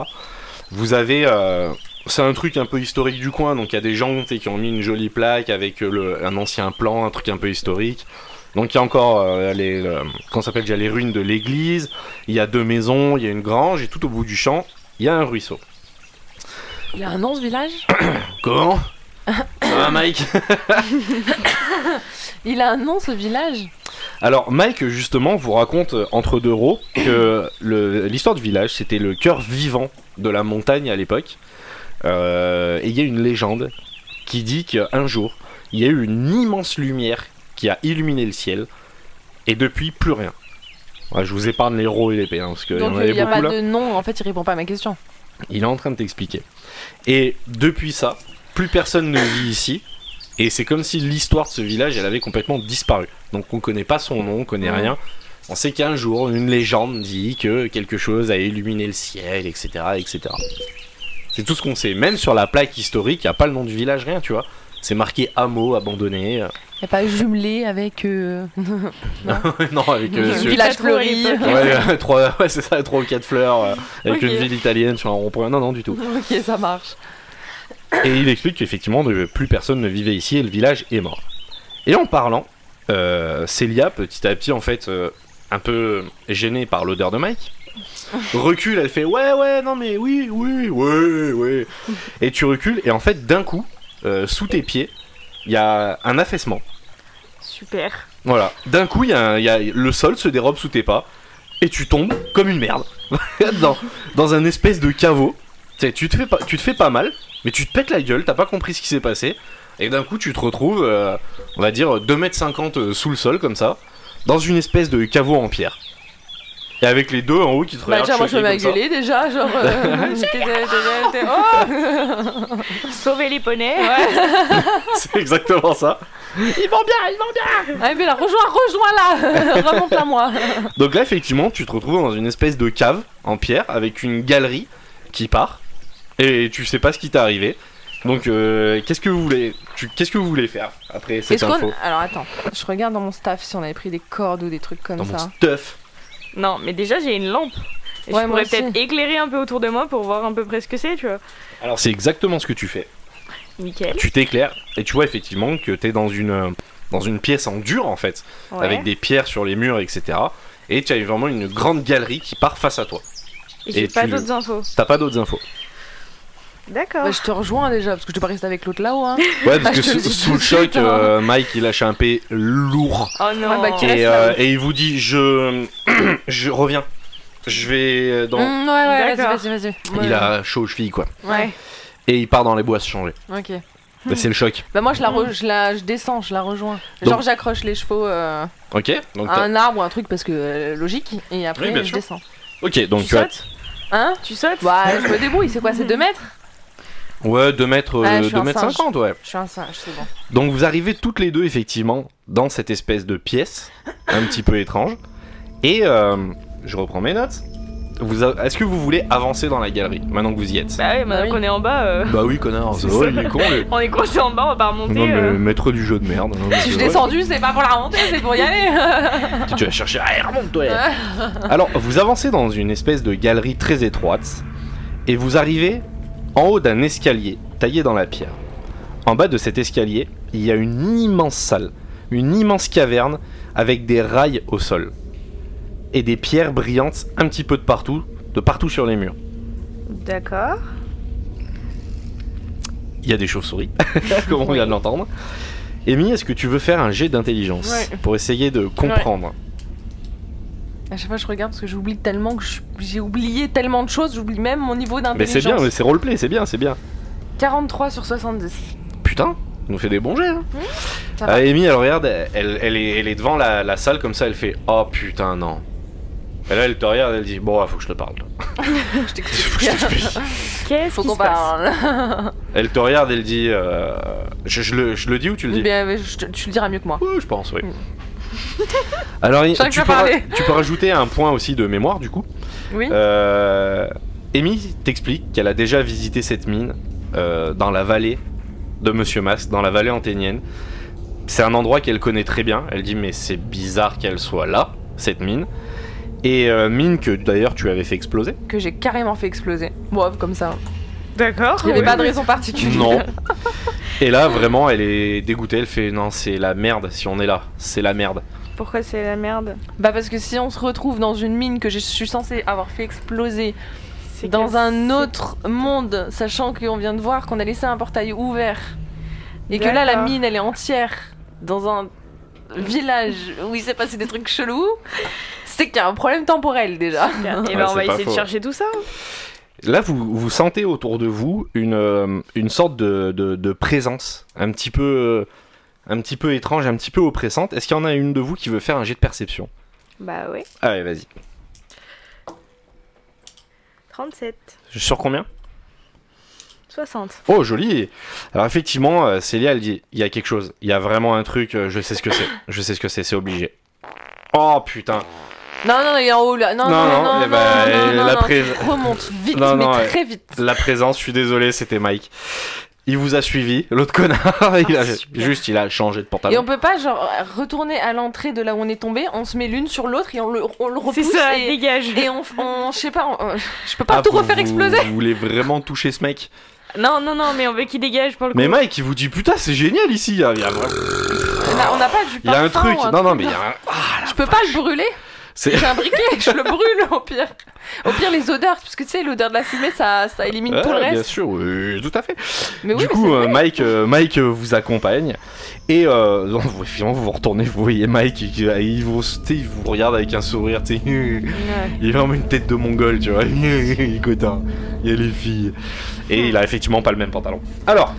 Speaker 1: Vous avez. euh, c'est un truc un peu historique du coin, donc il y a des gens tu sais, qui ont mis une jolie plaque avec euh, le- un ancien plan, un truc un peu historique. Donc il y a encore euh, les, euh, qu'on s'appelle déjà les ruines de l'église, il y a deux maisons, il y a une grange, et tout au bout du champ, il y a un ruisseau.
Speaker 2: Il a un nom ce village
Speaker 1: Comment Ça va, Mike
Speaker 2: Il a un nom ce village
Speaker 1: Alors, Mike, justement, vous raconte euh, entre deux rots que le- l'histoire du village, c'était le cœur vivant de la montagne à l'époque. Euh, et il y a une légende qui dit qu'un jour, il y a eu une immense lumière qui a illuminé le ciel. Et depuis, plus rien. Ouais, je vous épargne les rots et l'épée, parce qu'il y en
Speaker 2: Donc
Speaker 1: avait
Speaker 2: il n'y a
Speaker 1: beaucoup
Speaker 2: pas
Speaker 1: là.
Speaker 2: de nom, en fait il répond pas à ma question.
Speaker 1: Il est en train de t'expliquer. Et depuis ça, plus personne ne vit ici. Et c'est comme si l'histoire de ce village, elle avait complètement disparu. Donc on connaît pas son nom, on connaît
Speaker 2: Mhm.
Speaker 1: rien. On sait qu'un jour, une légende dit que quelque chose a illuminé le ciel, etc. etc. C'est tout ce qu'on sait. Même sur la plaque historique, il n'y a pas le nom du village, rien, tu vois. C'est marqué hameau, (laughs) abandonné.
Speaker 2: Il n'y a pas jumelé
Speaker 1: (laughs)
Speaker 2: avec... euh,
Speaker 1: non, avec
Speaker 2: (laughs)
Speaker 1: euh,
Speaker 2: Le
Speaker 1: sur-
Speaker 2: village fleuri.
Speaker 1: Ouais, (laughs) euh, trois, ouais, c'est ça, trois ou quatre fleurs euh, avec
Speaker 2: Ok.
Speaker 1: une ville italienne sur un rond-point. Non, non, du tout.
Speaker 2: ok, ça marche.
Speaker 1: Et il explique qu'effectivement, de- plus personne ne vivait ici et le village est mort. Et en parlant, euh, Célia, petit à petit, en fait, euh, un peu gênée par l'odeur de Mike, recule, elle fait Ouais, ouais, non, mais oui, oui, oui, oui. Et tu recules, et en fait, d'un coup, euh, sous tes pieds, il y a un affaissement.
Speaker 3: Super.
Speaker 1: Voilà. D'un coup, il y a un- il y a, le sol se dérobe sous tes pas, et tu tombes comme une merde. (laughs) dans, dans un espèce de caveau. Tu sais, tu te, fais pas, tu te fais pas mal, mais tu te pètes la gueule, t'as pas compris ce qui s'est passé. Et d'un coup, tu te retrouves, euh, on va dire, 2m50 euh, sous le sol, comme ça, dans une espèce de caveau en pierre. Et avec les deux en haut qui te
Speaker 2: Bah
Speaker 1: regardent
Speaker 2: déjà moi je me mets à
Speaker 1: choqués comme ça.
Speaker 2: gueuler déjà, genre... euh, j'étais- j'étais- j'étais- oh
Speaker 3: Sauver les poneys.
Speaker 1: (laughs) C'est exactement ça. Ils vont bien, ils vont bien
Speaker 2: Ah mais là, rejoins, rejoins là (laughs) Remonte à moi
Speaker 1: Donc là, effectivement, tu te retrouves dans une espèce de cave en pierre avec une galerie qui part et tu sais pas ce qui t'est arrivé. Donc, euh, qu'est-ce que vous voulez tu- Qu'est-ce que vous voulez faire après cette
Speaker 2: Est-ce qu'on-
Speaker 1: info
Speaker 2: Alors attends, je regarde dans mon staff si on avait pris des cordes ou des trucs comme
Speaker 1: Dans mon
Speaker 2: ça.
Speaker 1: stuff.
Speaker 3: Non, mais déjà j'ai une lampe. Et
Speaker 2: Ouais, moi
Speaker 3: je pourrais
Speaker 2: aussi.
Speaker 3: peut-être éclairer un peu autour de moi pour voir à peu près ce que c'est, tu vois.
Speaker 1: Alors, c'est exactement ce que tu fais.
Speaker 3: Nickel.
Speaker 1: Tu t'éclaires et tu vois effectivement que t'es dans une euh, dans une pièce en dur en fait,
Speaker 3: Ouais.
Speaker 1: avec des pierres sur les murs, etc. Et tu as vraiment une grande galerie qui part face à toi.
Speaker 3: Et j'ai
Speaker 1: et
Speaker 3: pas
Speaker 1: tu-
Speaker 3: d'autres infos.
Speaker 1: T'as pas d'autres
Speaker 2: (laughs)
Speaker 1: infos.
Speaker 3: D'accord.
Speaker 2: Bah, je te rejoins déjà, parce que je te pas rester avec l'autre là-haut. Hein.
Speaker 1: Ouais, parce que
Speaker 2: Je
Speaker 1: sous,
Speaker 2: te dis
Speaker 1: sous
Speaker 2: tout
Speaker 1: le
Speaker 2: de suite,
Speaker 1: choc, euh, Mike il lâche un P lourd.
Speaker 3: Oh non.
Speaker 2: Ouais, bah, qui-
Speaker 1: et,
Speaker 2: reste là-haut.
Speaker 1: euh, et il vous dit je (clears throat) je reviens je vais euh, dans
Speaker 2: Mm, ouais, ouais,
Speaker 3: D'accord.
Speaker 2: vas-y, vas-y, vas-y.
Speaker 1: il
Speaker 2: Mmh, Ouais.
Speaker 1: a chaud aux chevilles quoi
Speaker 2: Ouais,
Speaker 3: Ouais.
Speaker 1: et il part dans les bois se changer
Speaker 2: ok.
Speaker 1: Bah, c'est le choc
Speaker 2: Bah moi je la, re- je la je descends, je la rejoins.
Speaker 1: Donc-
Speaker 2: Genre j'accroche les chevaux euh,
Speaker 1: ok donc
Speaker 2: à
Speaker 1: t'as-
Speaker 2: un arbre ou un truc parce que euh, logique et après
Speaker 1: Oui, bien
Speaker 2: je
Speaker 1: sûr.
Speaker 2: descends.
Speaker 1: ok donc
Speaker 3: tu
Speaker 1: tu as-
Speaker 3: sautes
Speaker 2: Hein
Speaker 3: Tu sautes
Speaker 2: Bah je me débrouille, c'est quoi C'est 2 mètres
Speaker 1: euh, ouais 2 mètres
Speaker 2: Ouais, je suis
Speaker 1: 2
Speaker 2: un
Speaker 1: mètres
Speaker 2: singe.
Speaker 1: 50 ouais
Speaker 2: Je suis un singe, c'est bon.
Speaker 1: donc vous arrivez toutes les deux effectivement dans cette espèce de pièce un petit peu étrange et euh, je reprends mes notes vous a- est-ce que vous voulez avancer dans la galerie maintenant que vous y êtes
Speaker 3: Bah ouais, maintenant
Speaker 2: oui.
Speaker 3: qu'on est en bas, euh,
Speaker 1: Bah oui connard
Speaker 3: C'est
Speaker 1: c'est
Speaker 3: ça.
Speaker 1: vrai, il est con
Speaker 2: (laughs)
Speaker 1: lui.
Speaker 3: on est coincé en bas, on va pas remonter.
Speaker 1: non mais
Speaker 3: euh.
Speaker 1: maître du jeu de merde non, mais
Speaker 2: Je
Speaker 1: c'est
Speaker 2: suis
Speaker 1: vrai.
Speaker 2: descendue, c'est pas pour la remonter, c'est pour y aller.
Speaker 1: Tu- Tu vas chercher. Allez, remonte-toi. Alors, vous avancez dans une espèce de galerie très étroite et vous arrivez en haut d'un escalier taillé dans la pierre. En bas de cet escalier, il y a une immense salle, une immense caverne avec des rails au sol et des pierres brillantes un petit peu de partout, de partout sur les murs.
Speaker 3: D'accord.
Speaker 1: Il y a des chauves-souris, (laughs) comme on vient de l'entendre. Amy, est-ce que tu veux faire un jet d'intelligence
Speaker 2: Ouais.
Speaker 1: pour essayer de comprendre
Speaker 2: À chaque fois je regarde parce que j'oublie tellement que je- j'ai oublié tellement de choses, j'oublie même mon niveau
Speaker 1: Mais c'est
Speaker 2: d'intelligence.
Speaker 1: bien, mais c'est roleplay, c'est bien, c'est bien.
Speaker 2: 43
Speaker 1: (laughs)
Speaker 2: sur 70.
Speaker 1: Putain, il nous fait des bons jets. Hein.
Speaker 2: ça va.
Speaker 1: Ah, Amy, elle regarde, elle, elle est, elle est devant la, la salle comme ça, elle fait Oh putain, non. Et là, elle te regarde, elle dit Bon, ouais, faut que je te parle. là.
Speaker 2: Je t'explique.
Speaker 1: (laughs) Faut que je t'explique.
Speaker 2: (laughs)
Speaker 3: Qu'est-ce
Speaker 2: Faut
Speaker 3: qui
Speaker 2: qu'on
Speaker 3: se passe
Speaker 2: parle. (laughs)
Speaker 1: elle te regarde, elle dit euh, je, je le, je le dis ou tu le dis
Speaker 2: Ou bien, euh, je te- tu le diras mieux que moi.
Speaker 1: Ouais, Je pense,
Speaker 2: (laughs)
Speaker 1: oui.
Speaker 2: Mm.
Speaker 1: Alors, tu
Speaker 2: Chacun
Speaker 1: peux,
Speaker 2: parler.
Speaker 1: ra- tu peux rajouter un point aussi de mémoire, du coup.
Speaker 2: Oui.
Speaker 1: Euh, Amy t'explique qu'elle a déjà visité cette mine euh, dans la vallée de Monsieur Mas, dans la vallée anténienne. C'est un endroit qu'elle connaît très bien. Elle dit mais c'est bizarre qu'elle soit là, cette mine. Et euh, mine que d'ailleurs tu avais fait exploser.
Speaker 2: que j'ai carrément fait exploser. Bon, comme ça.
Speaker 3: D'accord.
Speaker 2: Il n'y avait
Speaker 1: Ouais.
Speaker 2: pas de raison particulière.
Speaker 1: Oh, Non. Et là vraiment elle est dégoûtée, elle fait non c'est la merde si on est là, c'est la merde.
Speaker 3: Pourquoi c'est la merde
Speaker 2: Bah parce que si on se retrouve dans une mine que je suis censée avoir fait exploser
Speaker 3: C'est que-
Speaker 2: dans un autre monde, sachant qu'on vient de voir qu'on a laissé un portail ouvert et que là la
Speaker 3: D'accord.
Speaker 2: mine elle est entière dans un village où il s'est passé des trucs chelous, c'est qu'il y a un problème temporel déjà.
Speaker 3: Bien. Eh
Speaker 1: Ouais,
Speaker 3: ben on
Speaker 1: c'est
Speaker 3: va
Speaker 1: pas
Speaker 3: essayer
Speaker 1: faux.
Speaker 3: de chercher tout ça. hein.
Speaker 1: Là vous, vous sentez autour de vous une, euh, une sorte de, de- de présence un petit peu euh, un petit peu étrange, un petit peu oppressante. Est-ce qu'il y en a une de vous qui veut faire un jet de perception
Speaker 3: Bah oui.
Speaker 1: Allez vas-y.
Speaker 3: 37.
Speaker 1: Sur combien
Speaker 3: 60.
Speaker 1: Oh joli Alors effectivement, euh, Célia elle dit, il y a quelque chose, il y a vraiment un truc, euh, je sais ce que c'est, je sais ce que c'est, c'est obligé. Oh putain
Speaker 2: Non non, non, il est en haut là. Non non non non
Speaker 1: eh
Speaker 2: non,
Speaker 1: ben,
Speaker 2: non, non,
Speaker 1: la
Speaker 2: non,
Speaker 1: pré-
Speaker 2: tu remontes vite
Speaker 1: Non, non,
Speaker 2: mais
Speaker 1: ouais.
Speaker 2: très vite.
Speaker 1: La présence, je suis désolé, c'était Mike. Il vous a suivi, l'autre connard, (laughs) il a,
Speaker 2: Ah, super.
Speaker 1: juste il a changé de pantalon.
Speaker 2: Et on peut pas genre retourner à l'entrée de là où on est tombé, on se met l'une sur l'autre et on le, on le
Speaker 3: C'est
Speaker 2: repousse
Speaker 3: ça,
Speaker 2: et,
Speaker 3: dégage.
Speaker 2: et on, on je sais pas, on- je peux pas
Speaker 1: Ah,
Speaker 2: tout
Speaker 1: vous-
Speaker 2: refaire
Speaker 1: vous-
Speaker 2: exploser.
Speaker 1: Vous (laughs) voulez vraiment toucher ce mec
Speaker 3: Non, non, non, mais on veut qu'il dégage pour le
Speaker 1: Mais
Speaker 3: coup.
Speaker 1: Mike, il vous dit putain, c'est génial ici. Il y a, il y a-
Speaker 2: On a- on n'a pas du
Speaker 1: il y a un
Speaker 2: parfum
Speaker 1: truc.
Speaker 2: ou
Speaker 1: Non, non, mais il y a un- Ah,
Speaker 2: Je peux pas le brûler, (laughs)
Speaker 1: c'est-
Speaker 2: j'ai un briquet, je le brûle au pire. Au pire les odeurs, parce que tu sais l'odeur de la fumée ça, ça élimine tout le
Speaker 1: Ah, bien
Speaker 2: reste.
Speaker 1: sûr, oui, tout à fait.
Speaker 2: Mais oui,
Speaker 1: du coup, euh, Mike, euh, Mike euh, vous accompagne et euh, non, vous, finalement vous vous retournez, vous voyez Mike, qui- qui- il vous, tu sais, il vous regarde avec un sourire, tu sais, (laughs) il
Speaker 3: Ouais.
Speaker 1: a vraiment une tête de mongol, tu vois, (laughs) Cotin, il y a les filles et il a effectivement pas le même pantalon. Alors,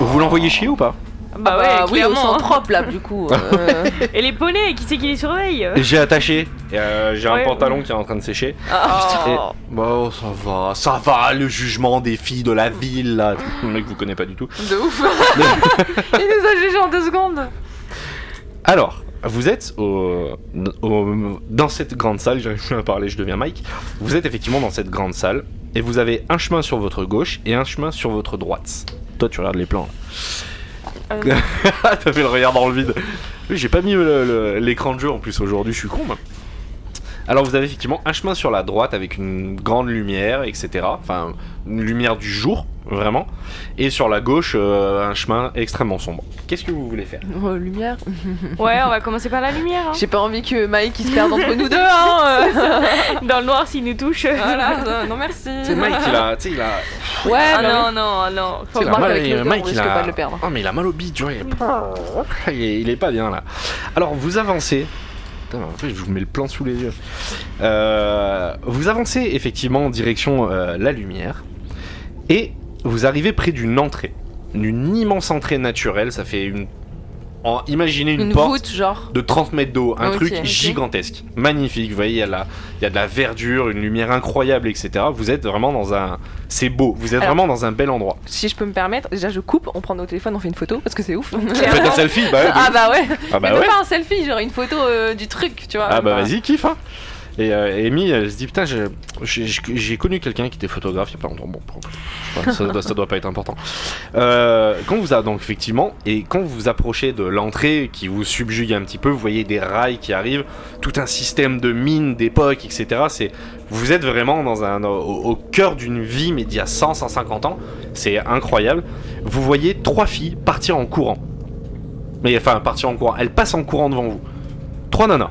Speaker 1: vous l'envoyez chier ou pas
Speaker 3: Bah ouais,
Speaker 2: Ah oui, au
Speaker 3: clairement.
Speaker 2: centrope là du coup. (laughs) euh,
Speaker 3: Et les poneys, qui c'est qui les surveille
Speaker 1: (laughs) J'ai attaché, euh, j'ai un
Speaker 3: Ouais.
Speaker 1: pantalon qui est en train de sécher. Et-
Speaker 3: Oh.
Speaker 1: Bon, ça va, ça va, le jugement des filles de la ville, là. (laughs) Le mec vous connaît pas du tout.
Speaker 2: de ouf. (laughs) Il nous a jugés en deux secondes.
Speaker 1: Alors, vous êtes au, au- dans cette grande salle, j'arrive plus à parler, je deviens Mike. Vous êtes effectivement dans cette grande salle, et vous avez un chemin sur votre gauche et un chemin sur votre droite. Toi, tu regardes les plans. là. (laughs) T'as fait le regard dans le vide. Oui, j'ai pas mis le- le- l'écran de jeu en plus aujourd'hui, je suis con. moi. Alors, vous avez effectivement un chemin sur la droite avec une grande lumière, etc. Enfin, une lumière du jour, vraiment. Et sur la gauche, euh, un chemin extrêmement sombre. Qu'est-ce que vous voulez faire
Speaker 2: Oh, lumière.
Speaker 3: Ouais, on va commencer par la lumière. hein.
Speaker 2: J'ai pas envie que Mike il se perde entre nous deux
Speaker 3: (laughs)
Speaker 2: hein. euh.
Speaker 3: Dans le noir, s'il nous touche. (laughs)
Speaker 2: Voilà, non merci.
Speaker 1: C'est Mike, il a, tu sais, il a,
Speaker 2: (laughs) Ouais,
Speaker 3: Ah
Speaker 2: bah oui.
Speaker 3: non, non, non.
Speaker 1: C'est
Speaker 3: Faut
Speaker 2: Faut
Speaker 1: la
Speaker 2: croire
Speaker 1: mal-
Speaker 2: qu'avec le
Speaker 1: euh,
Speaker 2: cœur, on
Speaker 1: Mike, il
Speaker 2: risque
Speaker 1: a-
Speaker 2: pas de le perdre.
Speaker 1: Oh, mais il a mal au bide, tu vois, il est... il est- il est pas bien là. Alors vous avancez. Putain, en fait, je vous mets le plan sous les yeux. Euh, vous avancez effectivement en direction euh, la lumière et vous arrivez près d'une entrée, d'une immense entrée naturelle. Ça fait une. en- imaginez une,
Speaker 2: Une
Speaker 1: porte
Speaker 2: voûte, genre.
Speaker 1: de 30 mètres d'eau, un
Speaker 2: Ok,
Speaker 1: truc
Speaker 2: ok.
Speaker 1: gigantesque, magnifique. Vous voyez, il y, a la- il y a de la verdure, une lumière incroyable, etc. Vous êtes vraiment dans un. C'est beau, vous êtes
Speaker 2: Alors-
Speaker 1: vraiment dans un bel endroit.
Speaker 2: Si je peux me permettre, déjà je coupe, on prend nos téléphones, on fait une photo parce que c'est (laughs) ouf.
Speaker 1: Faites un selfie, bah ouais, de
Speaker 2: ah bah ouais,
Speaker 1: Ah bah
Speaker 2: mais non
Speaker 1: ouais.
Speaker 2: pas un selfie, genre une photo euh, du truc, tu vois.
Speaker 1: Ah bah vas-y, kiffe hein. Et euh, Amy, elle se dit putain, je- j'ai j'ai connu quelqu'un qui était photographe il y a pas longtemps. Bon, pour- je sais pas, ça, doit, ça doit pas être important. Euh, quand vous a donc effectivement et quand vous approchez de l'entrée qui vous subjugue un petit peu, vous voyez des rails qui arrivent, tout un système de mines d'époque, etc. C'est vous êtes vraiment dans un au, au cœur d'une vie mais d'il y a 100, 150 ans. C'est incroyable. Vous voyez trois filles partir en courant. Mais enfin partir en courant. Elles passent en courant devant vous. Trois nanas.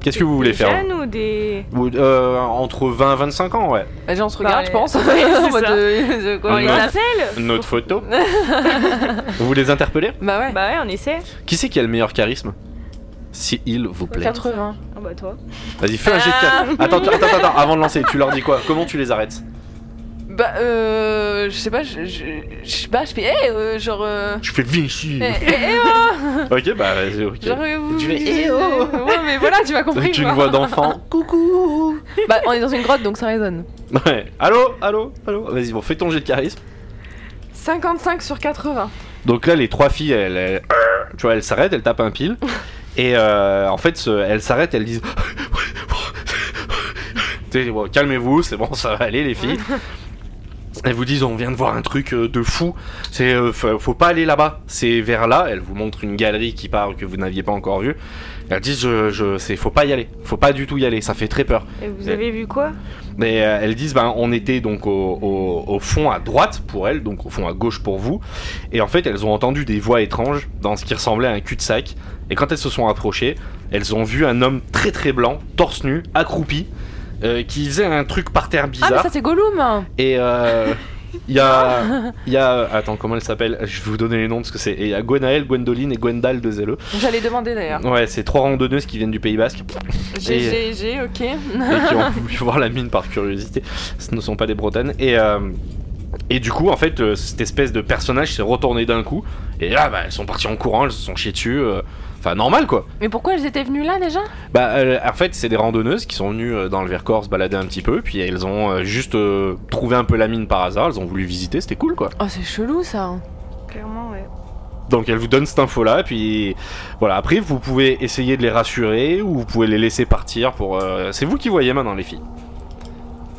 Speaker 1: Qu'est-ce que vous voulez
Speaker 3: des
Speaker 1: faire
Speaker 3: jeunes ou des.
Speaker 1: vous Euh, Entre 20 et 25 ans, ouais.
Speaker 2: Vas-y, on se regarde,
Speaker 3: Bah,
Speaker 2: je pense. (laughs)
Speaker 3: ouais, c'est
Speaker 2: En mode euh,
Speaker 3: ça.
Speaker 2: (laughs) de- de quoi,
Speaker 1: On
Speaker 3: On les
Speaker 2: on a-
Speaker 3: harcèle
Speaker 1: Notre photo. vous les interpellez
Speaker 2: Bah ouais.
Speaker 3: Bah ouais, on essaie.
Speaker 1: Qui c'est qui a le meilleur charisme Si il vous plaît.
Speaker 2: 80.
Speaker 3: Ah bah toi.
Speaker 1: Vas-y, fais un jet de charisme. Attends, tu- attends, attends, avant de lancer, tu leur dis quoi Comment tu les arrêtes
Speaker 2: Bah euh. Je sais pas, je. Je je sais pas, je fais. Eh, euh, genre. euh,
Speaker 1: Je fais Vinci.
Speaker 2: eh, eh,
Speaker 1: ok, bah vas-y, ok.
Speaker 2: eh, genre, euh, vous-
Speaker 1: Tu fais,
Speaker 2: vous-
Speaker 1: eh, oh.
Speaker 2: Ouais, mais voilà, tu m'as compris.
Speaker 1: Avec une
Speaker 2: quoi.
Speaker 1: voix d'enfant. Coucou
Speaker 2: Bah, on est dans une grotte donc ça résonne.
Speaker 1: Ouais. Allô Allô Allô Vas-y, bon, fais ton jet de charisme.
Speaker 2: 55 sur 80.
Speaker 1: Donc là, les trois filles, elles, elles- tu vois, elles s'arrêtent, elles tapent un pile. Et euh, en fait, ce- elles s'arrêtent, elles disent (laughs) Tu sais, bon, calmez-vous, c'est bon, ça va aller, les filles. Elles vous disent on vient de voir un truc euh, de fou. C'est euh, fa- faut pas aller là-bas. C'est vers là. Elles vous montrent une galerie qui part que vous n'aviez pas encore vue. Elles disent je, je c'est faut pas y aller. Faut pas du tout y aller. Ça fait très peur.
Speaker 3: Et vous
Speaker 1: Ouais.
Speaker 3: avez vu quoi
Speaker 1: Mais euh, elles disent ben on était donc au, au- au fond à droite pour elles, donc au fond à gauche pour vous. Et en fait elles ont entendu des voix étranges dans ce qui ressemblait à un cul-de-sac. Et quand elles se sont approchées, elles ont vu un homme très très blanc, torse nu, accroupi, euh, qui faisait un truc par terre
Speaker 2: Ah,
Speaker 1: bizarre.
Speaker 2: mais ça, c'est Gollum
Speaker 1: Et euh, il y
Speaker 2: (laughs)
Speaker 1: a. Il y a. Attends, comment elle s'appelle Je vais vous donner les noms parce que c'est. et Il y a Gwenaël, Gwendoline et Gwendal de Zelle.
Speaker 2: J'allais demander d'ailleurs.
Speaker 1: Ouais, c'est trois randonneuses qui viennent du Pays Basque
Speaker 2: GGG, ok.
Speaker 1: et qui ont (laughs) voulu voir la mine par curiosité. Ce ne sont pas des Bretonnes. Et. euh, et du coup, en fait, euh, cette espèce de personnage s'est retourné d'un coup. Et là, bah, elles sont parties en courant, elles se sont chiées dessus. euh, Enfin, normal quoi.
Speaker 2: Mais pourquoi elles étaient venues là déjà
Speaker 1: Bah, euh, en fait, c'est des randonneuses qui sont venues euh, dans le Vercors se balader un petit peu. Puis elles ont euh, juste euh, trouvé un peu la mine par hasard. Elles ont voulu visiter, c'était cool quoi.
Speaker 2: Oh, c'est chelou ça.
Speaker 3: Clairement, ouais.
Speaker 1: Donc elle vous donne cette info là, puis voilà, après vous pouvez essayer de les rassurer ou vous pouvez les laisser partir pour... euh, C'est vous qui voyez maintenant les filles.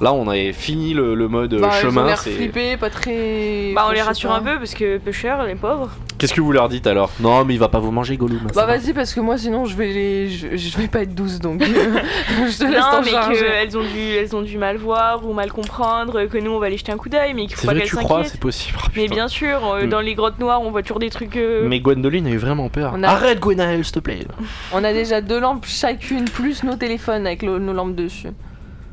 Speaker 1: Là on avait fini le, le mode euh,
Speaker 2: bah, elles ont
Speaker 1: chemin.
Speaker 2: l'air
Speaker 1: c'est-
Speaker 2: flippées, pas très.
Speaker 3: Bah, on
Speaker 2: enfin,
Speaker 3: les
Speaker 2: je sais
Speaker 3: rassure
Speaker 2: pas.
Speaker 3: un peu parce que pêcheurs, les (laughs) pauvres.
Speaker 1: Qu'est-ce que vous leur dites alors Non mais il va pas vous manger Gollum. ça
Speaker 2: Bah
Speaker 1: va.
Speaker 2: vas-y parce que moi sinon je vais les je, je vais pas être douce donc (laughs) je te laisse
Speaker 3: Non,
Speaker 2: t'en
Speaker 3: mais
Speaker 2: charger.
Speaker 3: qu'elles ont, dû- elles ont dû mal voir ou mal comprendre, que nous on va aller jeter un coup d'œil, mais qu'il faut
Speaker 1: C'est
Speaker 3: pas
Speaker 1: vrai
Speaker 3: qu'elles
Speaker 1: tu crois,
Speaker 3: s'inquiètent.
Speaker 1: c'est possible. Oh,
Speaker 3: Mais
Speaker 1: putain.
Speaker 3: bien sûr, euh,
Speaker 1: Mm.
Speaker 3: dans les grottes noires, on voit toujours des trucs. euh,
Speaker 1: Mais Gwendoline a eu vraiment peur.
Speaker 2: On a-
Speaker 1: Arrête Gwenaël s'il te plaît.
Speaker 2: On a déjà deux lampes chacune plus nos téléphones avec le- nos lampes dessus.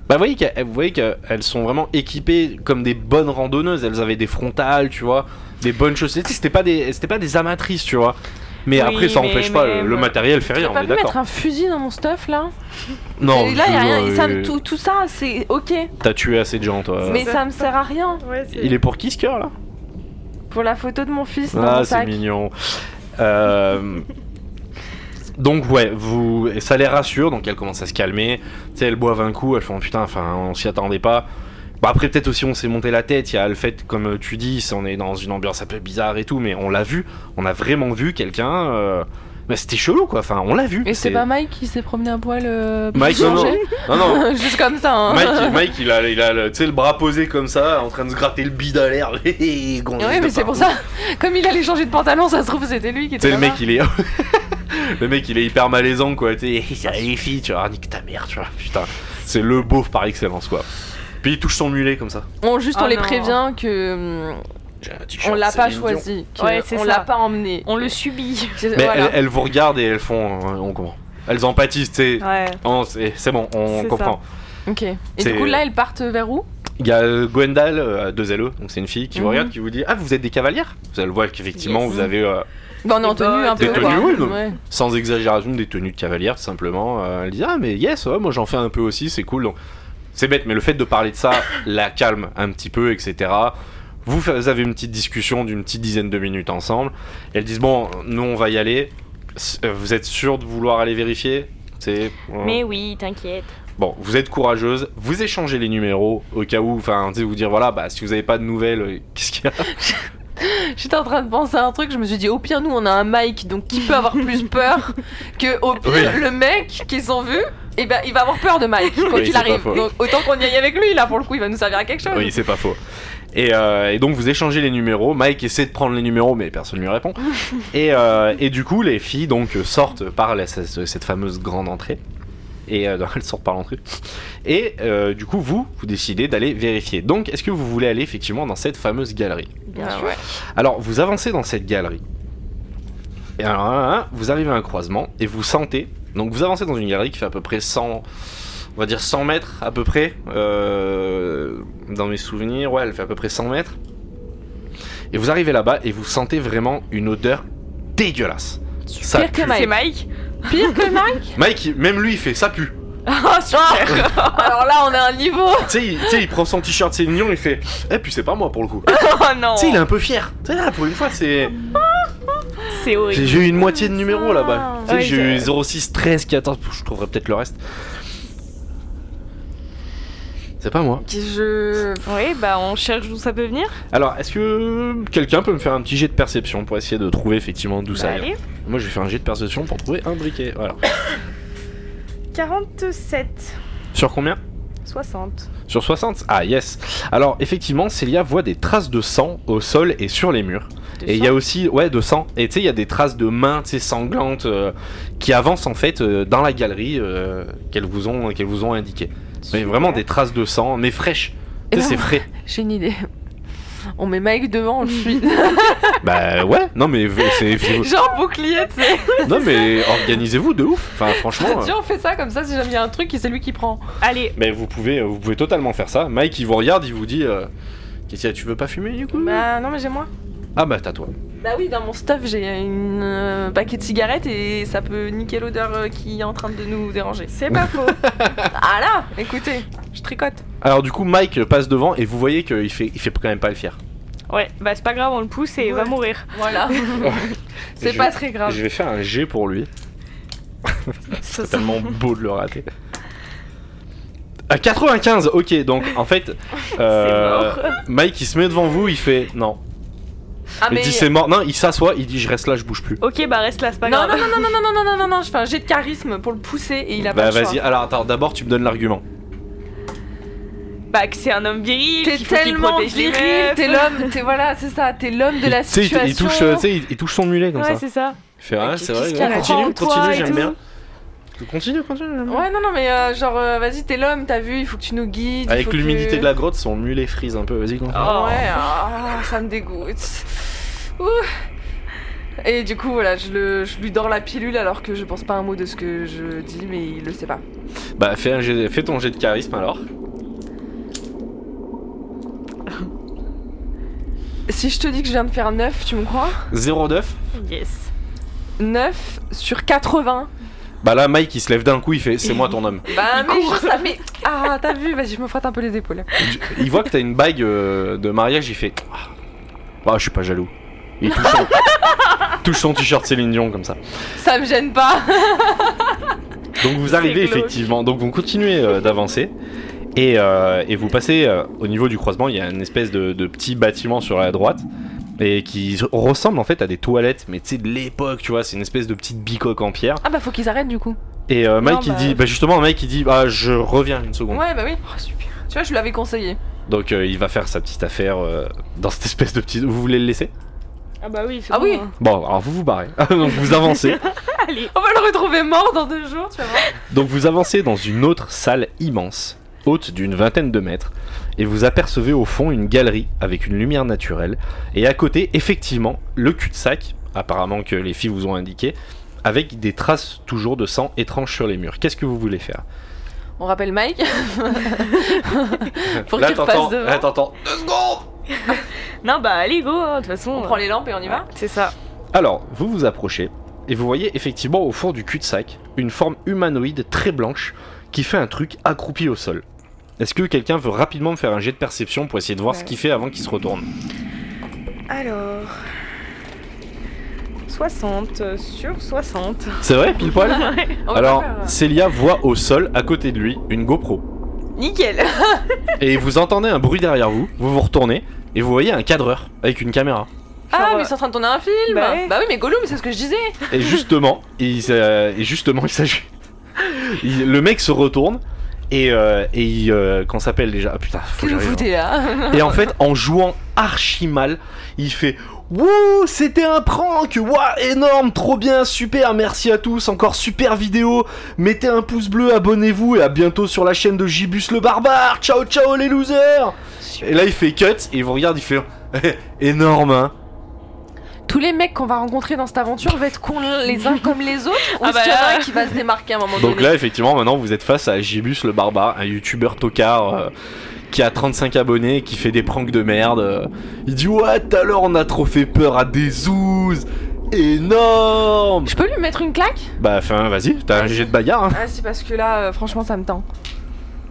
Speaker 1: Bah vous voyez qu'elles vous voyez qu'elles sont vraiment équipées comme des bonnes randonneuses, elles avaient des frontales, tu vois, des bonnes chaussettes, c'était pas des c'était pas des amatrices, tu vois. Mais
Speaker 3: Oui,
Speaker 1: après ça
Speaker 3: mais-
Speaker 1: empêche pas, le,
Speaker 3: mais-
Speaker 1: le matériel fait rien,
Speaker 2: J'ai
Speaker 1: on
Speaker 2: pas
Speaker 1: est
Speaker 2: pu
Speaker 1: d'accord.
Speaker 2: mettre un fusil dans mon stuff là.
Speaker 1: Non, Euh.
Speaker 2: Et là y a
Speaker 1: tu-
Speaker 2: rien.
Speaker 1: euh,
Speaker 2: Ça me- tout, tout ça c'est ok
Speaker 1: T'as tué assez de gens, toi.
Speaker 2: mais ça me sert à rien
Speaker 3: Ouais, c'est-
Speaker 1: Il est pour qui ce cœur là
Speaker 2: pour la photo de mon fils dans
Speaker 1: Ah,
Speaker 2: mon
Speaker 1: c'est
Speaker 2: sac.
Speaker 1: mignon. Euh, Donc ouais, vous, et ça les rassure, donc elles commencent à se calmer. Tu sais, elles boivent un coup, elles font putain, enfin, on s'y attendait pas. Bah après peut-être aussi on s'est monté la tête. Il y a le fait, comme euh, tu dis, c'est- on est dans une ambiance un peu bizarre et tout, mais on l'a vu, on a vraiment vu quelqu'un. euh, Bah c'était chelou quoi. Enfin, on l'a vu.
Speaker 2: Et
Speaker 1: (laughs)
Speaker 2: c'est pas Mike qui s'est promené à poil euh, pour
Speaker 1: Mike, non, non,
Speaker 2: changer
Speaker 1: non, non,
Speaker 2: (laughs) juste comme ça. hein. (laughs)
Speaker 1: Mike, Mike, il a, il a le, tu sais, le bras posé comme ça, en train de se gratter le bide à l'air. (laughs) oui,
Speaker 2: Oui mais c'est pour ça. (laughs) Comme il allait changer de pantalon ça se trouve c'était lui qui
Speaker 1: Tu
Speaker 2: était.
Speaker 1: sais, le mec,
Speaker 2: là-bas.
Speaker 1: il est. le mec, il est (laughs) hyper malaisant, quoi. Tu sais, ça les filles, tu vois, nique ta mère, tu vois. Putain, c'est le beauf par excellence, quoi. Puis il touche son mulet comme ça.
Speaker 2: On juste on
Speaker 3: Oh
Speaker 2: les
Speaker 3: non.
Speaker 2: prévient que hum,
Speaker 1: J'ai un t-shirt
Speaker 2: on l'a pas
Speaker 1: Céline Dion.
Speaker 2: choisi, que
Speaker 3: Ouais, c'est
Speaker 2: on
Speaker 3: ça.
Speaker 2: l'a pas emmené.
Speaker 3: On le subit.
Speaker 2: Je-
Speaker 1: Mais
Speaker 2: voilà.
Speaker 1: elles, elles vous regardent et elles font. euh, on comprend. Elles empathisent, tu sais.
Speaker 2: Ah.
Speaker 3: Ouais.
Speaker 1: Oh, c'est c'est bon, on
Speaker 3: C'est
Speaker 1: comprend.
Speaker 2: Ok. Et
Speaker 1: C'est-
Speaker 2: du coup, là, elles partent vers où
Speaker 1: Il y a euh, Gwendal, euh, deux LE, donc c'est une fille qui vous
Speaker 2: Mhm.
Speaker 1: regarde, qui vous dit Ah, vous êtes des cavalières Vous allez voir qu'effectivement,
Speaker 2: Yes.
Speaker 1: vous avez euh,
Speaker 2: Bah, on est en
Speaker 3: Des
Speaker 2: tenue un
Speaker 3: bottes,
Speaker 2: peu.
Speaker 1: des
Speaker 2: quoi.
Speaker 1: tenues, oui, non.
Speaker 2: Ouais.
Speaker 1: sans exagération, des tenues de cavalière, tout simplement. Euh, elle dit Ah, mais yes, ouais, moi j'en fais un peu aussi, c'est cool. Donc, c'est bête, mais le fait de parler de ça (coughs) la calme un petit peu, etc. Vous fa- vous avez une petite discussion d'une petite dizaine de minutes ensemble. Elles disent Bon, nous on va y aller. S- euh, Vous êtes sûr de vouloir aller vérifier C'est. euh,
Speaker 3: Mais oui, t'inquiète.
Speaker 1: Bon, vous êtes courageuse, vous échangez les numéros au cas où, enfin, tu sais, vous dire voilà, bah si vous n'avez pas de nouvelles, euh, qu'est-ce qu'il y a
Speaker 2: J'étais en train de penser à un truc, je me suis dit, au pire, nous, on a un Mike, donc qui peut avoir plus peur que, au pire,
Speaker 1: Oui.
Speaker 2: le mec qu'ils ont vu et ben, il va avoir peur de Mike quand
Speaker 1: Oui, c'est
Speaker 2: il
Speaker 1: pas
Speaker 2: arrive.
Speaker 1: faux.
Speaker 2: Donc, autant qu'on y aille avec lui, là, pour le coup, il va nous servir à quelque chose.
Speaker 1: Oui, c'est pas faux. Et, euh, et donc vous échangez les numéros. Mike essaie de prendre les numéros, mais personne ne lui répond. et, euh, et du coup, les filles donc sortent par la- cette cette fameuse grande entrée. Et euh, (laughs) non, elles sortent par l'entrée. Et euh, du coup, vous, vous décidez d'aller vérifier. Donc, est-ce que vous voulez aller effectivement dans cette fameuse galerie
Speaker 3: Bien
Speaker 2: Ah
Speaker 3: sûr.
Speaker 2: ouais.
Speaker 1: alors, vous avancez dans cette galerie. Et alors, là, là, vous arrivez à un croisement et vous sentez. Donc, vous avancez dans une galerie qui fait à peu près 100. On va dire 100 mètres à peu près. euh, dans mes souvenirs, ouais, elle fait à peu près 100 mètres. Et vous arrivez là-bas et vous sentez vraiment une odeur dégueulasse. Ça
Speaker 2: Pire que
Speaker 1: pue.
Speaker 2: Mike.
Speaker 3: C'est Mike
Speaker 2: Pire que (laughs) Oh, Mike
Speaker 1: Mike, il- même lui, il fait ça pue.
Speaker 3: Ah, super
Speaker 2: Alors là, on a un niveau.
Speaker 1: tu sais, il, tu sais, il prend son t-shirt, c'est mignon, il fait. Eh, puis c'est pas moi pour le coup.
Speaker 3: Oh non
Speaker 1: tu sais, il est un peu fier. Tu sais, là, pour une fois, c'est.
Speaker 3: C'est
Speaker 1: J'ai
Speaker 3: horrible.
Speaker 1: j'ai eu une moitié
Speaker 3: Ah,
Speaker 1: de numéro là-bas. Tu sais,
Speaker 3: Ouais,
Speaker 1: j'ai eu 06, 13, 14. Je trouverai peut-être le reste. C'est pas moi.
Speaker 2: Je.
Speaker 3: Oui, bah on cherche d'où ça peut venir.
Speaker 1: Alors, est-ce que quelqu'un peut me faire un petit jet de perception pour essayer de trouver effectivement d'où ça
Speaker 3: Bah,
Speaker 1: vient
Speaker 3: allez.
Speaker 1: Moi, j'ai fait un jet de perception pour trouver un briquet. Voilà.
Speaker 3: 47.
Speaker 1: Sur combien
Speaker 3: 60.
Speaker 1: Sur 60 Ah, yes. Alors, effectivement, Célia voit des traces de sang au sol et sur les murs. Et il y a aussi, ouais, de sang. Et tu sais, il y a des traces de mains, tu sais, sanglantes euh, qui avancent en fait euh, dans la galerie euh, qu'elles vous ont, qu'elles vous ont indiquées. Mais vraiment des traces de sang, mais fraîches. Tu sais,
Speaker 2: Et
Speaker 1: c'est
Speaker 2: ben- (laughs)
Speaker 1: frais.
Speaker 2: J'ai une idée. On met Mike devant, on
Speaker 1: (laughs)
Speaker 2: le suit.
Speaker 1: bah ouais, non mais
Speaker 2: (laughs)
Speaker 1: c'est. c'est-
Speaker 2: Genre bouclier, tu sais.
Speaker 1: non mais organisez-vous de ouf. Enfin, franchement. euh,
Speaker 2: Tiens, on fait ça comme ça, si jamais il y a un truc, c'est lui qui prend.
Speaker 3: Allez,
Speaker 1: Mais vous pouvez, euh, vous pouvez totalement faire ça. Mike, il vous regarde, il vous dit. euh, Qu'est-ce qu'il y a, tu veux pas fumer du coup
Speaker 2: Bah non, mais j'ai moins.
Speaker 1: Ah bah t'as toi.
Speaker 2: Bah oui, dans mon stuff, j'ai une euh, paquet de cigarettes et ça peut niquer l'odeur euh, qui est en train de nous déranger.
Speaker 3: c'est pas faux.
Speaker 2: Ah là Écoutez, je tricote.
Speaker 1: Alors du coup, Mike passe devant et vous voyez qu'il fait, il fait quand même pas le fier.
Speaker 3: Ouais, bah c'est pas grave, on le pousse et il va
Speaker 2: Ouais.
Speaker 3: mourir.
Speaker 2: Voilà. (laughs) c'est
Speaker 1: Je-
Speaker 2: pas très grave.
Speaker 1: Je vais faire un G pour
Speaker 2: (laughs)
Speaker 1: lui.
Speaker 2: Ça,
Speaker 1: C'est
Speaker 2: ça-
Speaker 1: tellement beau de le rater. À 95, ok, donc en
Speaker 2: (laughs)
Speaker 1: fait, euh,
Speaker 3: C'est mort.
Speaker 1: Mike il se met devant vous, il fait non.
Speaker 2: Ah
Speaker 1: il dit c'est mort, non, il s'assoit, il dit je reste là, je bouge plus.
Speaker 3: Ok, bah reste là, c'est pas
Speaker 2: Non,
Speaker 3: grave.
Speaker 2: non, non, non, non, non, non, non, non, non, non, je fais un jet de charisme pour le pousser et il a
Speaker 1: Bah
Speaker 2: pas le choix.
Speaker 1: vas-y, alors attends, d'abord tu me donnes l'argument.
Speaker 3: Bah que c'est un homme viril,
Speaker 2: T'es
Speaker 3: qu'il faut qu'il
Speaker 2: tellement
Speaker 3: protège les
Speaker 2: viril,
Speaker 3: meufs.
Speaker 2: t'es l'homme, t'es voilà, c'est ça, t'es l'homme de la
Speaker 1: Tu sais, il-
Speaker 2: situation.
Speaker 1: il touche, euh, tu sais, il, il touche son mulet comme
Speaker 3: Ouais,
Speaker 1: ça.
Speaker 3: c'est ça.
Speaker 1: Il fait ouais, c'est vrai,
Speaker 3: qu'est-ce qu'il y a
Speaker 1: continue,
Speaker 3: contre toi
Speaker 1: continue,
Speaker 3: et
Speaker 1: j'aime
Speaker 3: tout
Speaker 1: bien. Continue, continue, j'aime bien.
Speaker 2: Ouais, non, non, mais euh, genre, euh, vas-y, t'es l'homme, t'as vu, il faut que tu nous guides. il
Speaker 1: Avec
Speaker 2: faut
Speaker 1: l'humidité
Speaker 2: que-
Speaker 1: de la grotte, son mulet frise un peu, vas-y, continue.
Speaker 3: Ah. Oh.
Speaker 2: Ouais, ah, ça me dégoûte. Ouh. Et du coup, voilà, je, le, je lui dors la pilule alors que je pense pas un mot de ce que je dis, mais il le sait pas.
Speaker 1: Bah fais, un jet- fais ton jet de charisme alors.
Speaker 2: Si je te dis que je viens de faire 9, tu me crois
Speaker 1: 0 d'œuf.
Speaker 3: Yes.
Speaker 2: 9 sur 80.
Speaker 1: Bah là, Mike il se lève d'un coup, il fait c'est moi ton homme.
Speaker 2: Bah, mais je- ça fait. (laughs) Ah, t'as vu, vas-y, je me frotte un peu les épaules.
Speaker 1: Tu- Il voit que t'as une bague euh, de mariage, il fait. Ah, Ah, je suis pas jaloux. Il touche son, (laughs) touche son t-shirt Céline Dion comme ça.
Speaker 2: Ça me gêne pas.
Speaker 1: Donc vous arrivez
Speaker 3: glauque.
Speaker 1: effectivement, donc vous continuez euh, d'avancer. Et, euh, et vous passez euh, au niveau du croisement, il y a une espèce de, de petit bâtiment sur la droite et qui s- ressemble en fait à des toilettes, mais tu sais de l'époque, tu vois, c'est une espèce de petite bicoque en pierre.
Speaker 2: Ah, bah, faut qu'ils arrêtent du coup.
Speaker 1: Et euh, Mike
Speaker 3: Non,
Speaker 1: il
Speaker 3: bah-
Speaker 1: dit, bah justement Mike il dit, bah je reviens une seconde.
Speaker 2: Ouais, bah oui. Oh, super. Tu vois, je lui avais conseillé.
Speaker 1: Donc euh, il va faire sa petite affaire euh, dans cette espèce de petite. Vous voulez le laisser
Speaker 3: Ah bah oui, c'est
Speaker 2: Ah
Speaker 3: bon,
Speaker 2: oui.
Speaker 3: hein.
Speaker 1: Bon, alors vous vous barrez. (laughs) donc vous avancez.
Speaker 2: On va le retrouver mort dans deux jours, tu vas voir.
Speaker 1: Donc vous avancez dans une autre salle immense, haute d'une vingtaine de mètres, et vous apercevez au fond une galerie avec une lumière naturelle, et à côté, effectivement, le cul-de-sac, apparemment que les filles vous ont indiqué, avec des traces toujours de sang étrange sur les murs. Qu'est-ce que vous voulez faire
Speaker 2: On rappelle Mike. (laughs) Pour
Speaker 1: Là,
Speaker 2: qu'il repasse
Speaker 1: t'entends-
Speaker 2: devant.
Speaker 1: là, t'entends. Deux secondes
Speaker 3: Non, bah allez, go, hein, de toute façon. euh,
Speaker 2: On prend les lampes et on y va.
Speaker 3: C'est ça.
Speaker 1: Alors, vous vous approchez et vous voyez effectivement au fond du cul-de-sac une forme humanoïde très blanche qui fait un truc accroupi au sol. Est-ce que quelqu'un veut rapidement me faire un jet de perception pour essayer de voir ce qu'il fait avant qu'il se retourne
Speaker 3: Alors. 60 euh, sur 60.
Speaker 1: C'est vrai, pile poil
Speaker 2: On va
Speaker 1: Alors,
Speaker 2: pas faire- euh,
Speaker 1: Célia voit au sol, à côté de lui, une GoPro.
Speaker 3: Nickel.
Speaker 1: Et vous entendez un bruit derrière vous, vous vous retournez et vous voyez un cadreur avec une caméra.
Speaker 2: Ah,
Speaker 3: Genre,
Speaker 2: mais ils sont en train de tourner un film
Speaker 3: Bah ouais.
Speaker 2: oui, mais Gollum, c'est ce que je disais
Speaker 1: Et justement, (laughs) il, euh, et justement, il s'agit. il- Le mec se retourne et, euh, et il. euh, qu'on s'appelle déjà Ah, Putain, faut que
Speaker 2: Qu'est-ce que vous
Speaker 1: j'arrive, hein.
Speaker 2: foutez là
Speaker 1: Et en fait, en jouant archi mal, il fait Wouh, c'était un prank! Wouah, énorme, trop bien, super, merci à tous, encore super vidéo. Mettez un pouce bleu, abonnez-vous et à bientôt sur la chaîne de Gibus le barbare. Ciao, ciao les losers! Et là, il fait cut et il vous regarde, il fait (laughs) énorme, hein.
Speaker 2: (laughs) Tous les mecs qu'on va rencontrer dans cette aventure vont être cons les uns comme les autres. Ou
Speaker 3: (laughs) Ah
Speaker 2: est-ce
Speaker 3: bah
Speaker 2: qu'il y en a
Speaker 3: là.
Speaker 2: un qui va se démarquer à un moment
Speaker 1: Donc
Speaker 2: donné
Speaker 1: là, effectivement, maintenant vous êtes face à Gibus le barbare, un youtubeur tocard euh, qui a 35 abonnés, qui fait des pranks de merde. euh. Il dit Ouais, tout à l'heure on a trop fait peur à des zouzes! Énorme!
Speaker 2: Je peux lui mettre une claque
Speaker 1: Bah, enfin, vas-y, t'as un jet de bagarre. Hein.
Speaker 2: Ah, si, parce que là, euh, franchement, ça me tend.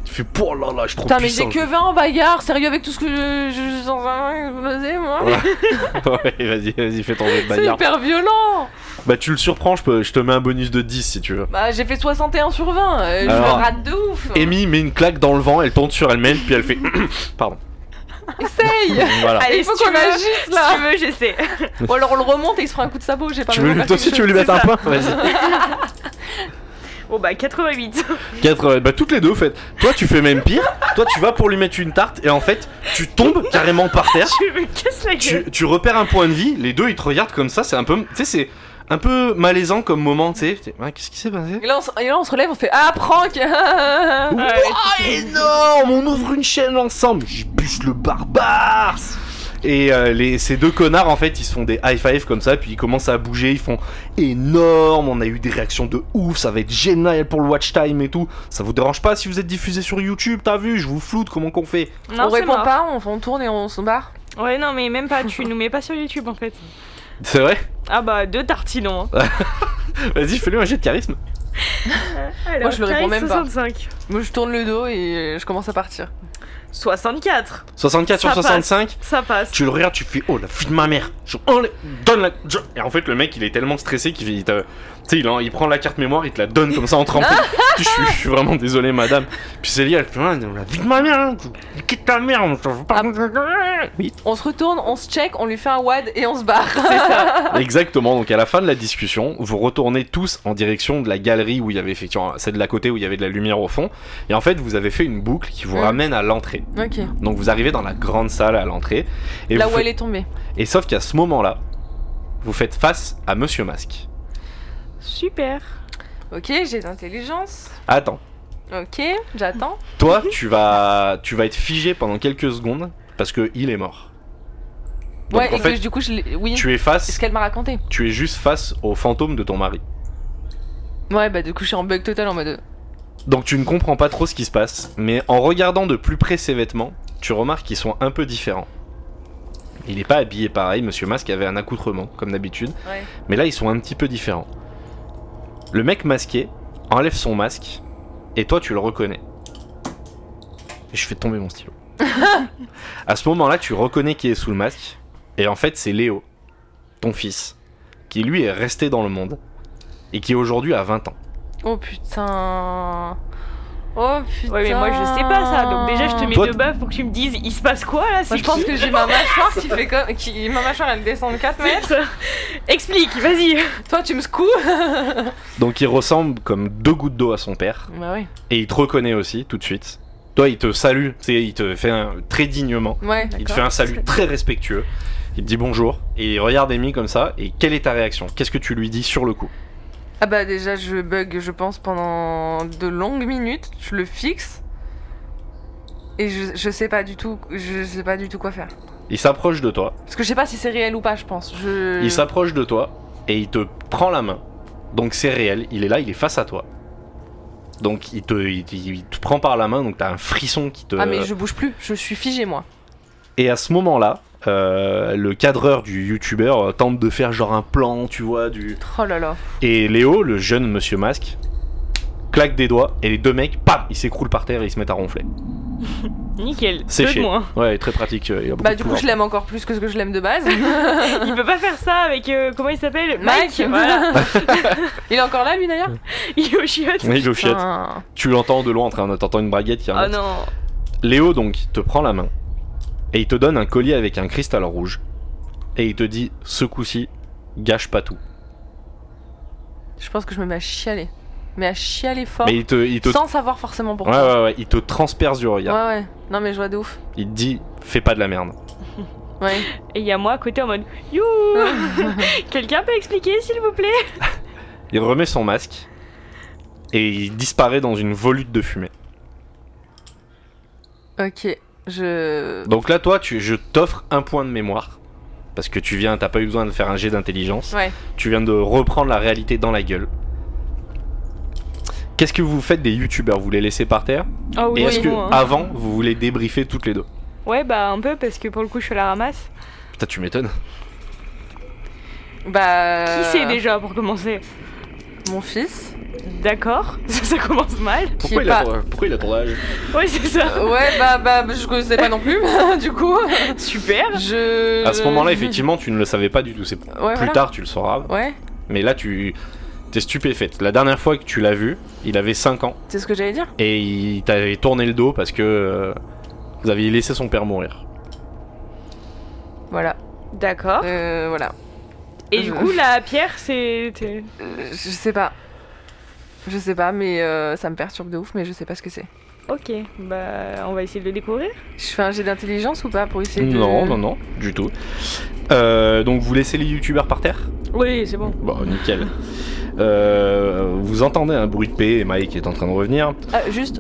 Speaker 1: Tu fais pour là là, je trouve
Speaker 2: Putain, mais j'ai que 20 en bagarre, sérieux, avec tout ce que je, je, je- je faisais, moi
Speaker 1: (laughs) ouais, vas-y, vas-y, fais ton jet de
Speaker 2: C'est
Speaker 1: bagarre.
Speaker 2: hyper violent
Speaker 1: Bah, tu le surprends, je, peux, je te mets un bonus de 10 si tu veux.
Speaker 2: Bah, j'ai fait 61 sur 20, euh, je
Speaker 1: Alors,
Speaker 2: me rate de ouf
Speaker 1: Amy met une claque dans le vent, elle tombe sur elle-même, puis elle fait. (coughs) Pardon.
Speaker 2: (laughs)
Speaker 1: (laughs)
Speaker 2: Essaye
Speaker 1: Voilà.
Speaker 3: Allez,
Speaker 2: Il faut
Speaker 3: si tu
Speaker 2: qu'on
Speaker 3: veux,
Speaker 2: agisse
Speaker 1: (laughs)
Speaker 3: Si
Speaker 2: là
Speaker 3: tu veux, j'essaie.
Speaker 2: Ou alors on le remonte et il se fera un coup de sabot, j'ai pas
Speaker 1: Tu
Speaker 2: le
Speaker 1: veux,
Speaker 2: droit de
Speaker 1: lui- toi
Speaker 2: faire
Speaker 1: aussi,
Speaker 2: quelque
Speaker 1: tu veux lui
Speaker 2: chose.
Speaker 1: mettre un point Vas-y.
Speaker 3: Oh bah 88.
Speaker 1: 80, bah toutes les deux, en fait. Toi, tu fais même pire. Toi, tu vas pour lui mettre une tarte et en fait, tu tombes carrément par terre.
Speaker 3: (laughs) tu me casses la gueule.
Speaker 1: Tu, tu repères un point de vie. Les deux, ils te regardent comme ça. C'est un peu, tu sais, c'est un peu malaisant comme moment. Tu sais, T'es, ouais, qu'est-ce qui s'est passé
Speaker 2: Et là, on, se- et là, on se relève, on fait Ah, prank (laughs)
Speaker 1: Ouah,
Speaker 3: Ouais.
Speaker 1: Oh, énorme On ouvre une chaîne ensemble. Je bûche le barbare. Et euh, les, ces deux connards, en fait, ils se font des high five comme ça, puis ils commencent à bouger, ils font énorme, on a eu des réactions de ouf, ça va être génial pour le watch time et tout. Ça vous dérange pas si vous êtes diffusé sur YouTube, t'as vu, je vous floute, comment qu'on fait
Speaker 3: Non,
Speaker 2: On
Speaker 3: c'est
Speaker 2: répond
Speaker 3: mort.
Speaker 2: pas, on, on tourne et on se barre.
Speaker 3: Ouais, non, mais même pas.
Speaker 2: (laughs)
Speaker 3: Tu nous mets pas sur YouTube en fait.
Speaker 1: C'est vrai
Speaker 3: Ah bah deux tartinons. hein.
Speaker 1: Vas-y, fais-lui un jet de charisme.
Speaker 2: Moi, je le réponds même pas.
Speaker 3: 65.
Speaker 2: Moi, je tourne le dos et je commence à partir.
Speaker 3: 64.
Speaker 1: 64 sur
Speaker 3: Ça passe.
Speaker 1: 65,
Speaker 3: Ça passe.
Speaker 1: tu le regardes, tu fais oh la fille de ma mère, je oh, les- donne la. je- Et en fait, le mec il est tellement stressé qu'il fait- il te- tu sais, il, en- il prend la carte mémoire, il te la donne comme ça en trempant.
Speaker 2: Ah.
Speaker 1: (laughs) je, suis, je suis vraiment désolé, madame. Puis Célia, elle fait Ah, la vie de ma mère, hein, tu- quitte ta mère, on s'en fout pas. Oui.
Speaker 2: On se retourne, on se check, on lui fait un wad et on se barre.
Speaker 1: (laughs) Exactement, donc à la fin de la discussion, vous retournez tous en direction de la galerie où il y avait effectivement celle de la côté où il y avait de la lumière au fond. Et en fait, vous avez fait une boucle qui vous
Speaker 2: Mm.
Speaker 1: ramène à l'entrée.
Speaker 2: (laughs) Ok.
Speaker 1: Donc vous arrivez dans la grande salle à l'entrée. Et
Speaker 2: là
Speaker 1: vous
Speaker 2: où
Speaker 1: faites-
Speaker 2: elle est tombée.
Speaker 1: Et sauf qu'à ce moment-là, vous faites face à Monsieur Masque.
Speaker 3: Super.
Speaker 2: Ok, j'ai d'intelligence.
Speaker 1: Attends,
Speaker 2: Ok, j'attends.
Speaker 1: toi, tu vas, tu vas être figé pendant quelques secondes parce que il est mort. Donc
Speaker 2: ouais,
Speaker 1: en
Speaker 2: et
Speaker 1: fait,
Speaker 2: que, du coup, je l'ai- oui,
Speaker 1: tu es
Speaker 2: c'est ce
Speaker 1: face,
Speaker 2: qu'elle m'a raconté.
Speaker 1: tu es juste face au fantôme de ton mari.
Speaker 2: Ouais, bah du coup, je suis en bug total en mode.
Speaker 1: Donc tu ne comprends pas trop ce qui se passe, mais en regardant de plus près ses vêtements, tu remarques qu'ils sont un peu différents. Il n'est pas habillé pareil, Monsieur Masque avait un accoutrement, comme d'habitude,
Speaker 2: Ouais.
Speaker 1: mais là ils sont un petit peu différents. Le mec masqué enlève son masque, et toi tu le reconnais. Et je fais tomber mon stylo. à ce moment-là, tu reconnais qui est sous le masque, et en fait c'est Léo, ton fils, qui lui est resté dans le monde, et qui aujourd'hui a 20 ans.
Speaker 2: Oh putain. Oh putain.
Speaker 3: Ouais, mais moi je sais pas ça. Donc déjà, je te mets
Speaker 1: Toi,
Speaker 3: deux baffes pour que tu me dises il se passe quoi là
Speaker 2: Moi,
Speaker 3: C'est
Speaker 2: je pense
Speaker 3: qui
Speaker 2: que j'ai ma mâchoire qui fait comme. Qui... Ma mâchoire elle descend de
Speaker 3: (laughs)
Speaker 2: 4 mètres.
Speaker 3: Explique, vas-y.
Speaker 2: Toi, tu me secoues.
Speaker 1: Donc il ressemble comme deux gouttes d'eau à son père.
Speaker 2: Bah oui.
Speaker 1: Et il te reconnaît aussi tout de suite. Toi, il te salue, tu sais, il te fait un, très dignement.
Speaker 2: Ouais.
Speaker 1: Il te fait un salut très respectueux. Il te dit bonjour. Et il regarde Amy comme ça. Et quelle est ta réaction Qu'est-ce que tu lui dis sur le coup
Speaker 2: Ah bah déjà, je bug, je pense, pendant de longues minutes. Je le fixe. Et je, je sais pas du tout, je sais pas du tout quoi faire.
Speaker 1: Il s'approche de toi.
Speaker 2: Parce que je sais pas si c'est réel ou pas, je pense. Je...
Speaker 1: Il s'approche de toi. Et il te prend la main. Donc c'est réel. Il est là, il est face à toi. Donc il te, il, il te prend par la main. Donc t'as un frisson qui te.
Speaker 2: Ah mais je bouge plus, je suis figé moi.
Speaker 1: Et à ce moment-là, euh, le cadreur du youtubeur euh, tente de faire genre un plan, tu vois, du.
Speaker 2: Oh là là.
Speaker 1: Et Léo, le jeune monsieur masque, claque des doigts et les deux mecs, pam, ils s'écroulent par terre et ils se mettent à ronfler.
Speaker 3: Nickel. Deux
Speaker 1: Séché.
Speaker 3: de moins.
Speaker 1: Ouais, très pratique. euh, il y a beaucoup
Speaker 2: Bah
Speaker 1: de
Speaker 2: du coup
Speaker 1: pouvoir.
Speaker 2: je l'aime encore plus que ce que je l'aime de (laughs) base.
Speaker 3: (laughs) Il peut pas faire ça avec euh, comment il s'appelle
Speaker 2: Mike, (laughs)
Speaker 3: voilà.
Speaker 2: Il est encore là lui d'ailleurs
Speaker 3: Il est au chiottes.
Speaker 1: Oui, le fiat.
Speaker 2: Putain.
Speaker 1: Tu l'entends de loin en train d'entendre une braguette
Speaker 2: Ah,
Speaker 1: qui
Speaker 3: Oh
Speaker 1: remonte.
Speaker 3: non.
Speaker 1: Léo donc te prend la main et il te donne un collier avec un cristal rouge et il te dit ce coup-ci gâche pas tout.
Speaker 2: Je pense que je me mets à chialer. Mais à chialer fort.
Speaker 1: Mais il te, il te, ouais,
Speaker 2: Sans savoir forcément pourquoi.
Speaker 1: ouais, ouais, il te transperce du regard.
Speaker 2: ouais, ouais. Non mais je vois de ouf.
Speaker 1: Il te dit fais pas de la merde.
Speaker 2: Ouais.
Speaker 1: (laughs)
Speaker 3: Et il y a moi à côté en mode
Speaker 2: (laughs)
Speaker 3: Youhou Quelqu'un peut expliquer s'il vous plaît
Speaker 1: Il remet son masque et il disparaît dans une volute de fumée.
Speaker 2: ok. Je...
Speaker 1: Donc là, toi, tu, je t'offre un point de mémoire. Parce que tu viens, t'as pas eu besoin de faire un jet d'intelligence.
Speaker 2: Ouais.
Speaker 1: Tu viens de reprendre la réalité dans la gueule. Qu'est-ce que vous faites des youtubeurs Vous les laissez par terre
Speaker 3: Oh
Speaker 1: Et est-ce que
Speaker 3: bon, hein.
Speaker 1: avant vous voulez débriefer toutes les deux
Speaker 3: Ouais, bah un peu parce que pour le coup je suis à la ramasse.
Speaker 1: Putain, tu m'étonnes.
Speaker 2: Bah...
Speaker 3: Qui c'est déjà pour commencer
Speaker 2: Mon fils.
Speaker 3: D'accord, (laughs) ça, ça commence mal.
Speaker 2: Pourquoi est il a pas-
Speaker 1: pourquoi il a ton âge
Speaker 3: Ouais, c'est ça.
Speaker 2: Ouais bah bah je connaissais pas non plus (laughs) bah, du coup.
Speaker 3: Super.
Speaker 2: Euh, Je...
Speaker 1: À ce moment-là, effectivement, tu ne le savais pas du tout. C'est plus
Speaker 2: Ouais, voilà.
Speaker 1: tard, tu le sauras.
Speaker 2: Ouais.
Speaker 1: Mais là, tu t'es stupéfaite. La dernière fois que tu l'as vu, il avait 5 ans
Speaker 2: C'est ce que j'allais dire.
Speaker 1: et il t'avait tourné le dos parce que euh, vous aviez laissé son père mourir.
Speaker 2: Voilà.
Speaker 3: D'accord.
Speaker 2: Euh, voilà.
Speaker 3: Et du
Speaker 2: je-
Speaker 3: coup, la pierre, c'est. t'es-
Speaker 2: Euh, je sais pas. Je sais pas, mais euh, ça me perturbe de ouf, mais je sais pas ce que c'est.
Speaker 3: Ok, bah on va essayer de le découvrir.
Speaker 2: Je fais un jet d'intelligence ou pas pour essayer de.
Speaker 1: Non, non, non, du tout. Euh, donc vous laissez les youtubeurs par terre
Speaker 3: Oui, c'est bon.
Speaker 1: Bon, nickel. Euh, vous entendez un bruit de paix et Mike est en train de revenir.
Speaker 2: Ah, juste,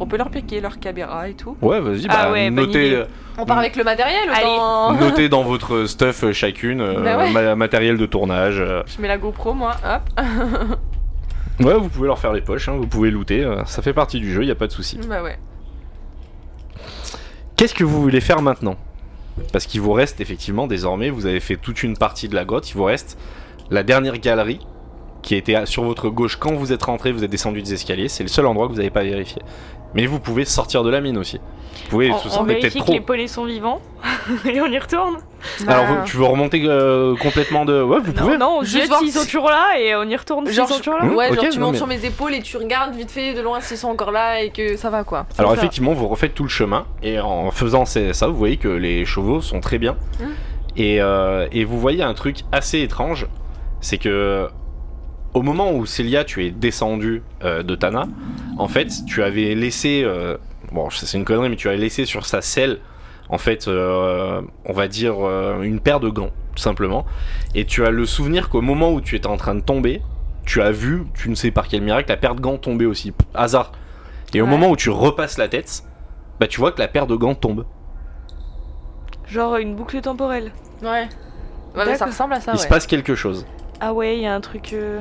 Speaker 2: on peut leur piquer leur caméra et tout.
Speaker 1: Ouais, vas-y, bah,
Speaker 3: Ah ouais, bonne
Speaker 1: notez, euh,
Speaker 3: idée.
Speaker 2: On
Speaker 1: Mm.
Speaker 2: part avec le matériel ou
Speaker 3: Allez.
Speaker 2: dans-
Speaker 1: notez dans votre stuff euh, chacune euh,
Speaker 2: Bah ouais.
Speaker 1: ma- matériel de tournage. euh.
Speaker 2: Je mets la GoPro, moi, hop.
Speaker 1: Ouais, vous pouvez leur faire les poches, hein, vous pouvez looter, euh, ça fait partie du jeu, y a pas de souci.
Speaker 2: bah ouais.
Speaker 1: Qu'est-ce que vous voulez faire maintenant Parce qu'il vous reste effectivement désormais, vous avez fait toute une partie de la grotte, il vous reste la dernière galerie qui était à- sur votre gauche quand vous êtes rentré, vous êtes descendu des escaliers, c'est le seul endroit que vous n'avez pas vérifié. Mais vous pouvez sortir de la mine aussi. Vous pouvez,
Speaker 3: on
Speaker 1: ça
Speaker 3: on
Speaker 1: serait
Speaker 3: vérifie
Speaker 1: peut-être
Speaker 3: que
Speaker 1: trop.
Speaker 3: les poneys sont vivants (laughs) et on y retourne.
Speaker 1: Alors
Speaker 2: Bah,
Speaker 1: vous- tu veux remonter euh, complètement de... Ouais, vous pouvez.
Speaker 3: Non, on se
Speaker 2: Juste
Speaker 3: jette
Speaker 2: voir
Speaker 3: s'ils
Speaker 2: si-
Speaker 3: sont toujours là et on y retourne s'ils
Speaker 2: Genre,
Speaker 3: sont
Speaker 2: je-
Speaker 3: toujours là.
Speaker 1: Mmh,
Speaker 2: ouais,
Speaker 1: ok,
Speaker 2: genre tu
Speaker 1: non,
Speaker 2: montes
Speaker 1: mais-
Speaker 2: sur mes épaules et tu regardes vite fait de loin s'ils sont encore là et que ça va quoi.
Speaker 1: Alors
Speaker 3: C'est ça.
Speaker 1: effectivement, vous refaites tout le chemin et en faisant ces- ça, vous voyez que les chevaux sont très bien.
Speaker 2: Mhm.
Speaker 1: Et, euh, et vous voyez un truc assez étrange, c'est que au moment où Célia, tu es descendu euh, de Tana, en fait, tu avais laissé, euh, bon, c'est une connerie, mais tu avais laissé sur sa selle, en fait, euh, on va dire euh, une paire de gants, tout simplement. Et tu as le souvenir qu'au moment où tu étais en train de tomber, tu as vu, tu ne sais par quel miracle, la paire de gants tomber aussi, P- hasard. Et au
Speaker 2: Ouais.
Speaker 1: moment où tu repasses la tête, bah tu vois que la paire de gants tombe.
Speaker 3: Genre une boucle temporelle.
Speaker 2: Ouais. Ouais, mais ça
Speaker 3: D'accord.
Speaker 2: ressemble à ça,
Speaker 1: Il
Speaker 2: ouais.
Speaker 1: se passe quelque chose.
Speaker 3: Ah ouais, il y a un truc. euh,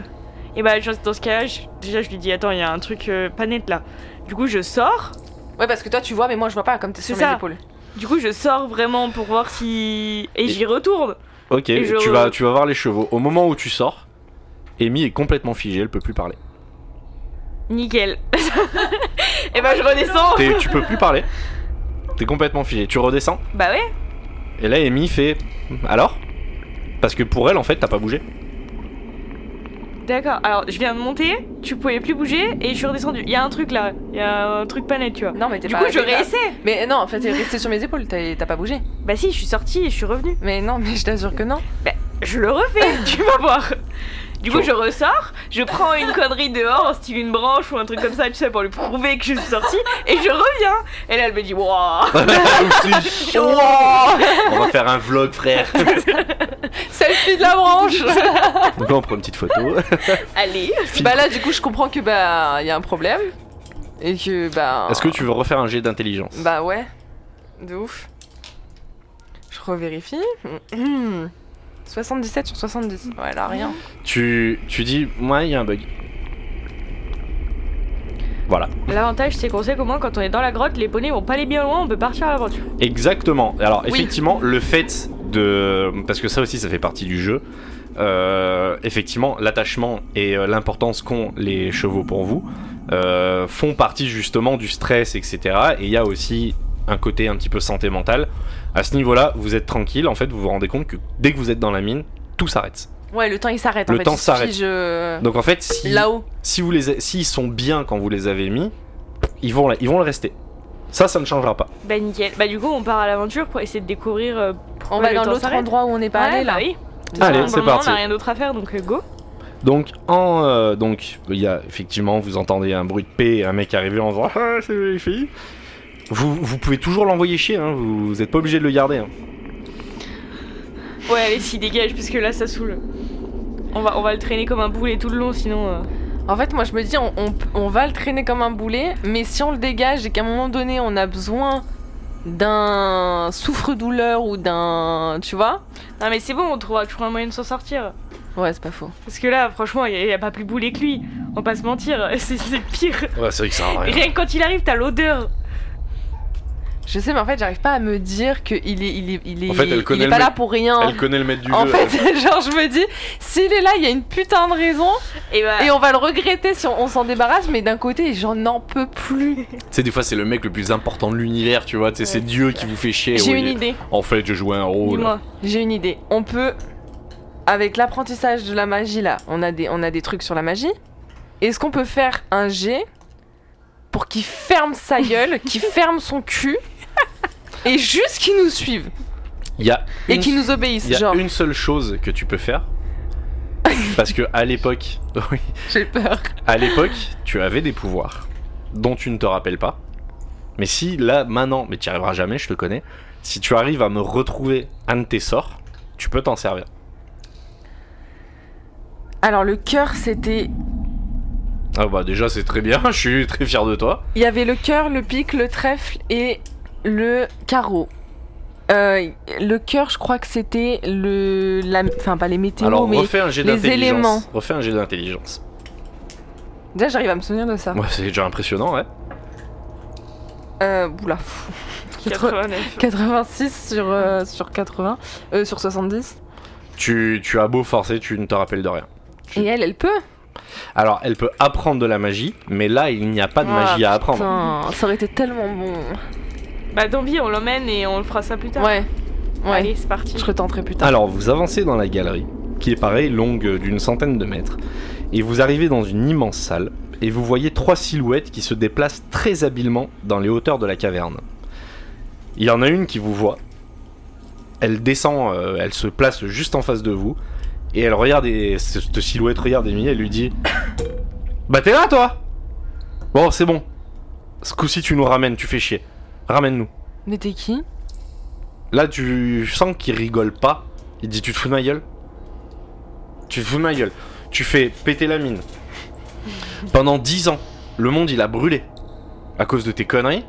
Speaker 3: Et bah je- dans ce cas, je- déjà je lui dis attends, il y a un truc euh, pas net là. Du coup je sors.
Speaker 2: Ouais, parce que toi tu vois, mais moi je vois pas comme t'es sur
Speaker 3: C'est
Speaker 2: mes
Speaker 3: ça.
Speaker 2: épaules.
Speaker 3: Du coup je sors vraiment pour voir si et j'y retourne.
Speaker 1: Ok,
Speaker 3: Et je-
Speaker 1: tu, vas, tu vas voir les chevaux. Au moment où tu sors, Amy est complètement figée, elle peut plus parler.
Speaker 3: Nickel. (laughs) et bah je redescends.
Speaker 1: T'es- tu peux plus parler. T'es complètement figée. Tu redescends,
Speaker 3: Bah ouais.
Speaker 1: et là Amy fait. Alors Parce que pour elle, en fait, t'as pas bougé.
Speaker 3: D'accord, alors je viens de monter, tu pouvais plus bouger et je suis redescendue. Il y a un truc là, il y a un truc pas net, tu vois.
Speaker 2: Non, mais t'es
Speaker 3: Du
Speaker 2: pas.
Speaker 3: coup, je
Speaker 2: t'es pas-
Speaker 3: réessaie.
Speaker 2: Mais non, en fait, t'es resté sur mes épaules, t'as t'as pas bougé.
Speaker 3: Bah si, je suis sortie et je suis revenue.
Speaker 2: Mais non, mais je
Speaker 1: (laughs)
Speaker 2: t'assure que non.
Speaker 3: Je le refais, (laughs) tu vas voir. Du coup,
Speaker 1: Sure.
Speaker 3: je ressors, je prends une connerie dehors, style une branche ou un truc comme ça, tu sais, pour lui prouver que je suis sortie, et je reviens. Et là, elle me dit, waouh,
Speaker 1: (laughs) Aussi.
Speaker 2: Oh
Speaker 3: waouh.
Speaker 1: on va faire un vlog, frère.
Speaker 2: Selfie de la branche
Speaker 1: Donc là, on prend une petite photo.
Speaker 3: Allez.
Speaker 2: (laughs) Bah là, du coup, je comprends que bah, il y a un problème. Et que bah.
Speaker 1: Est-ce que tu veux refaire un jet d'intelligence
Speaker 2: Bah ouais, de ouf. Je revérifie. (clears throat) 77 sur 70. Ouais, là, rien.
Speaker 1: tu, tu dis, moi, il y a un bug. Voilà.
Speaker 3: L'avantage, c'est qu'on sait qu'au moins, quand on est dans la grotte, les poneys vont pas aller bien loin, on peut partir à l'aventure.
Speaker 1: Exactement. Alors
Speaker 2: Oui.
Speaker 1: effectivement, le fait de... Parce que ça aussi, ça fait partie du jeu. Euh, effectivement, l'attachement et euh, l'importance qu'ont les chevaux pour vous euh, font partie justement du stress, etc. Et il y a aussi un côté un petit peu santé mentale. À ce niveau-là, vous êtes tranquille. En fait, vous vous rendez compte que dès que vous êtes dans la mine, tout s'arrête.
Speaker 2: Ouais, le temps il s'arrête. en
Speaker 1: Le
Speaker 2: fait.
Speaker 1: temps
Speaker 2: Il se
Speaker 1: s'arrête.
Speaker 2: fige, euh,
Speaker 1: Donc en fait, si,
Speaker 2: Là-haut.
Speaker 1: si vous les, a- s'ils sont bien quand vous les avez mis, ils vont, ils vont le rester. Ça, ça ne changera pas.
Speaker 3: Bah nickel. Bah du coup, on part à l'aventure pour essayer de découvrir. euh,
Speaker 2: On
Speaker 3: Ouais,
Speaker 2: va
Speaker 3: le
Speaker 2: dans
Speaker 3: temps
Speaker 2: l'autre
Speaker 3: s'arrête.
Speaker 2: endroit où on n'est pas
Speaker 3: ouais,
Speaker 2: allé là.
Speaker 3: bah oui.
Speaker 2: Déjà,
Speaker 1: Allez,
Speaker 3: Pour le
Speaker 1: c'est
Speaker 3: moment,
Speaker 1: parti.
Speaker 3: On a rien d'autre à faire, donc euh, go.
Speaker 1: Donc, en, euh, donc, il y a effectivement, vous entendez un bruit de paix, et un mec arriver en disant Ah, c'est les filles. Vous, vous pouvez toujours l'envoyer chier, hein, vous, vous êtes pas obligé de le garder. hein.
Speaker 3: Ouais, allez, si dégage, parce que là, ça saoule. On va, on va le traîner comme un boulet tout le long, sinon. euh,
Speaker 2: En fait, moi je me dis, on, on- on va le traîner comme un boulet, mais si on le dégage et qu'à un moment donné on a besoin d'un souffre-douleur ou d'un. Tu vois
Speaker 3: Non, mais c'est bon, on trouvera toujours un moyen de s'en sortir.
Speaker 2: Ouais, c'est pas faux.
Speaker 3: Parce que là, franchement, il n'y a, pas plus boulet que lui. On va pas se mentir, (laughs) c'est c'est pire.
Speaker 1: Ouais, c'est vrai que ça sert à rien.
Speaker 3: Rien que quand il arrive, t'as l'odeur.
Speaker 2: Je sais, mais en fait, j'arrive pas à me dire qu'il est, il est, il est,
Speaker 1: En fait, elle
Speaker 2: il est
Speaker 1: connaît le
Speaker 2: pas
Speaker 1: mec.
Speaker 2: là pour rien.
Speaker 1: Elle connaît le maître du
Speaker 2: En
Speaker 1: jeu.
Speaker 2: fait, (laughs) genre, je me dis, s'il est là, il y a une putain de raison
Speaker 3: Et bah,
Speaker 2: et on va le regretter si on, on s'en débarrasse, mais d'un côté, j'en n'en peux plus.
Speaker 1: Tu sais, des fois, c'est le mec le plus important de l'univers, tu vois. tu sais, C'est Dieu qui vous fait chier.
Speaker 2: J'ai
Speaker 1: Eh oui.
Speaker 2: une idée.
Speaker 1: En fait, je jouais un rôle.
Speaker 3: dis-moi.
Speaker 2: J'ai une idée. On peut, avec l'apprentissage de la magie là, on a des, on a des trucs sur la magie. Est-ce qu'on peut faire un G pour qu'il ferme (laughs) sa gueule, qu'il ferme son cul et juste qu'il nous suive
Speaker 1: Il y a,
Speaker 2: et
Speaker 1: une-
Speaker 2: qu'il nous obéisse
Speaker 1: il y a
Speaker 2: Genre, (laughs)
Speaker 1: une seule chose que tu peux faire Parce que à l'époque, oui,
Speaker 2: J'ai peur.
Speaker 1: à l'époque, tu avais des pouvoirs dont tu ne te rappelles pas. Mais si là, maintenant, mais tu n'y arriveras jamais, je te connais, si tu arrives à me retrouver un de tes sorts, tu peux t'en servir.
Speaker 2: Alors le cœur, c'était.
Speaker 1: Ah bah déjà c'est très bien, (laughs) je suis très fier de toi.
Speaker 2: Il y avait le cœur, le pic, le trèfle et le carreau. Euh, le cœur, je crois que c'était le. la- Enfin, pas les météos,
Speaker 1: Alors
Speaker 2: mais.
Speaker 1: refais un jet
Speaker 2: les éléments.
Speaker 1: d'intelligence. Refais un jet d'intelligence.
Speaker 2: Déjà, j'arrive à me souvenir de ça.
Speaker 1: Ouais, c'est déjà impressionnant, ouais.
Speaker 2: Euh, oula. pff,
Speaker 3: 89.
Speaker 2: 86 sur, euh, sur 80. euh, sur 70.
Speaker 1: Tu, tu as beau forcer, tu ne te rappelles de rien.
Speaker 2: Et elle, elle peut
Speaker 1: Alors elle peut apprendre de la magie, mais là il n'y a pas de
Speaker 2: Ah,
Speaker 1: magie à apprendre.
Speaker 2: Putain, ça aurait été tellement bon.
Speaker 3: Bah tant pis, on l'emmène et on le fera ça plus tard.
Speaker 2: Ouais. Ouais.
Speaker 3: Allez, c'est parti.
Speaker 2: Je retenterai plus tard.
Speaker 1: Alors vous avancez dans la galerie, qui est pareil, longue euh, d'une centaine de mètres, et vous arrivez dans une immense salle, et vous voyez trois silhouettes qui se déplacent très habilement dans les hauteurs de la caverne. Il y en a une qui vous voit, elle descend, euh, elle se place juste en face de vous, et elle regarde, et cette silhouette regarde Amy, elle lui dit Bah t'es là toi Bon c'est bon, ce coup-ci tu nous ramènes, tu fais chier, ramène-nous.
Speaker 2: Mais t'es qui
Speaker 1: Là, tu sens qu'il rigole pas. Il dit Tu te fous de ma gueule Tu te fous de ma gueule. Tu fais péter la mine. Pendant 10 ans, le monde il a brûlé. À cause de tes conneries.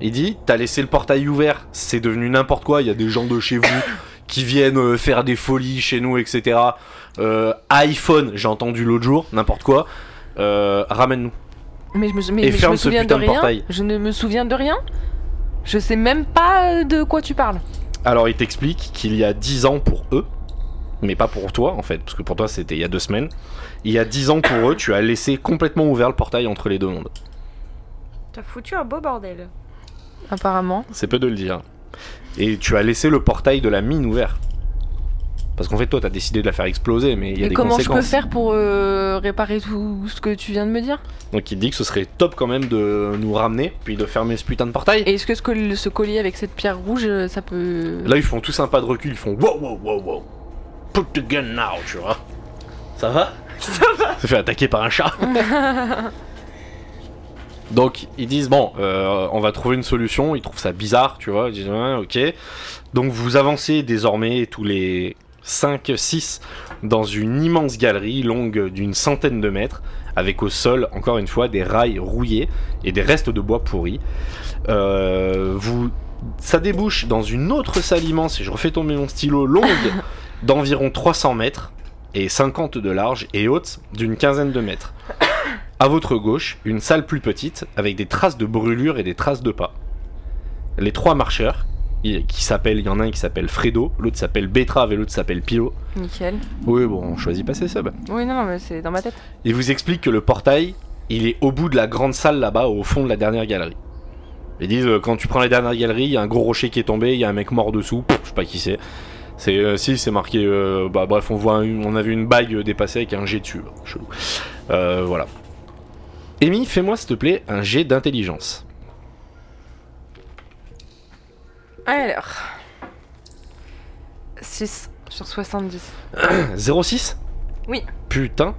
Speaker 1: Il dit T'as laissé le portail ouvert. C'est devenu n'importe quoi. Il y a des gens de chez vous qui viennent euh, faire des folies chez nous, etc. Euh, iPhone, j'ai entendu l'autre jour, n'importe quoi. Euh, Ramène-nous.
Speaker 2: Mais je me, sou- mais-
Speaker 1: Et
Speaker 2: mais je
Speaker 1: ferme
Speaker 2: me
Speaker 1: ce
Speaker 2: souviens de
Speaker 1: putain de
Speaker 2: rien.
Speaker 1: portail.
Speaker 2: Je ne me souviens de rien. Je sais même pas euh, de quoi tu parles.
Speaker 1: Alors il t'explique qu'il y a 10 ans pour eux, mais pas pour toi en fait, parce que pour toi c'était il y a deux semaines. Il y a 10 ans pour eux, tu as laissé complètement ouvert le portail entre les deux mondes.
Speaker 3: T'as foutu un beau bordel.
Speaker 2: Apparemment.
Speaker 1: C'est peu de le dire. Et tu as laissé le portail de la mine ouvert. Parce qu'en fait toi t'as décidé de la faire exploser, mais il y a
Speaker 2: Et
Speaker 1: des
Speaker 2: comment je peux
Speaker 1: conséquences.
Speaker 2: faire pour euh, réparer tout ce que tu viens de me dire
Speaker 1: Donc il dit que ce serait top quand même de nous ramener, puis de fermer ce putain de portail.
Speaker 2: Et est-ce que ce, col- ce collier avec cette pierre rouge, euh, ça peut.
Speaker 1: Là ils font tous un pas de recul, ils font wow wow wow wow. Put the gun now, tu vois. Ça va Ça va. Se fait attaquer par un (laughs) chat. Donc ils disent bon, euh, on va trouver une solution. Ils trouvent ça bizarre, tu vois. Ils disent ouais, ok. Donc vous avancez désormais tous les 5-6 dans une immense galerie longue d'une centaine de mètres, avec au sol encore une fois des rails rouillés et des restes de bois pourris. Euh, vous, ça débouche dans une autre salle immense, et je refais tomber mon stylo, longue d'environ 300 mètres et 50 de large et haute d'une quinzaine de mètres. À votre gauche, une salle plus petite avec des traces de brûlure et des traces de pas. Les trois marcheurs, il- qui s'appellent, il y en a un qui s'appelle Fredo, l'autre s'appelle Betrave et l'autre s'appelle Pilo.
Speaker 2: Nickel.
Speaker 1: Oui, bon, on choisit pas ses subs.
Speaker 2: Oui, non, non, mais c'est dans ma tête.
Speaker 1: Il vous explique que le portail, il est au bout de la grande salle là-bas, au fond de la dernière galerie. Ils disent euh, quand tu prends la dernière galerie, il y a un gros rocher qui est tombé, il y a un mec mort dessous, Pff, je sais pas qui c'est. C'est euh, si c'est marqué, euh, bah bref, on voit, un- on a vu une bague dépasser avec un jet dessus, chelou. Euh, voilà. Amy, fais-moi s'il te plaît un jet d'intelligence.
Speaker 2: Alors. 6 sur 70.
Speaker 1: 06
Speaker 2: Oui.
Speaker 1: Putain.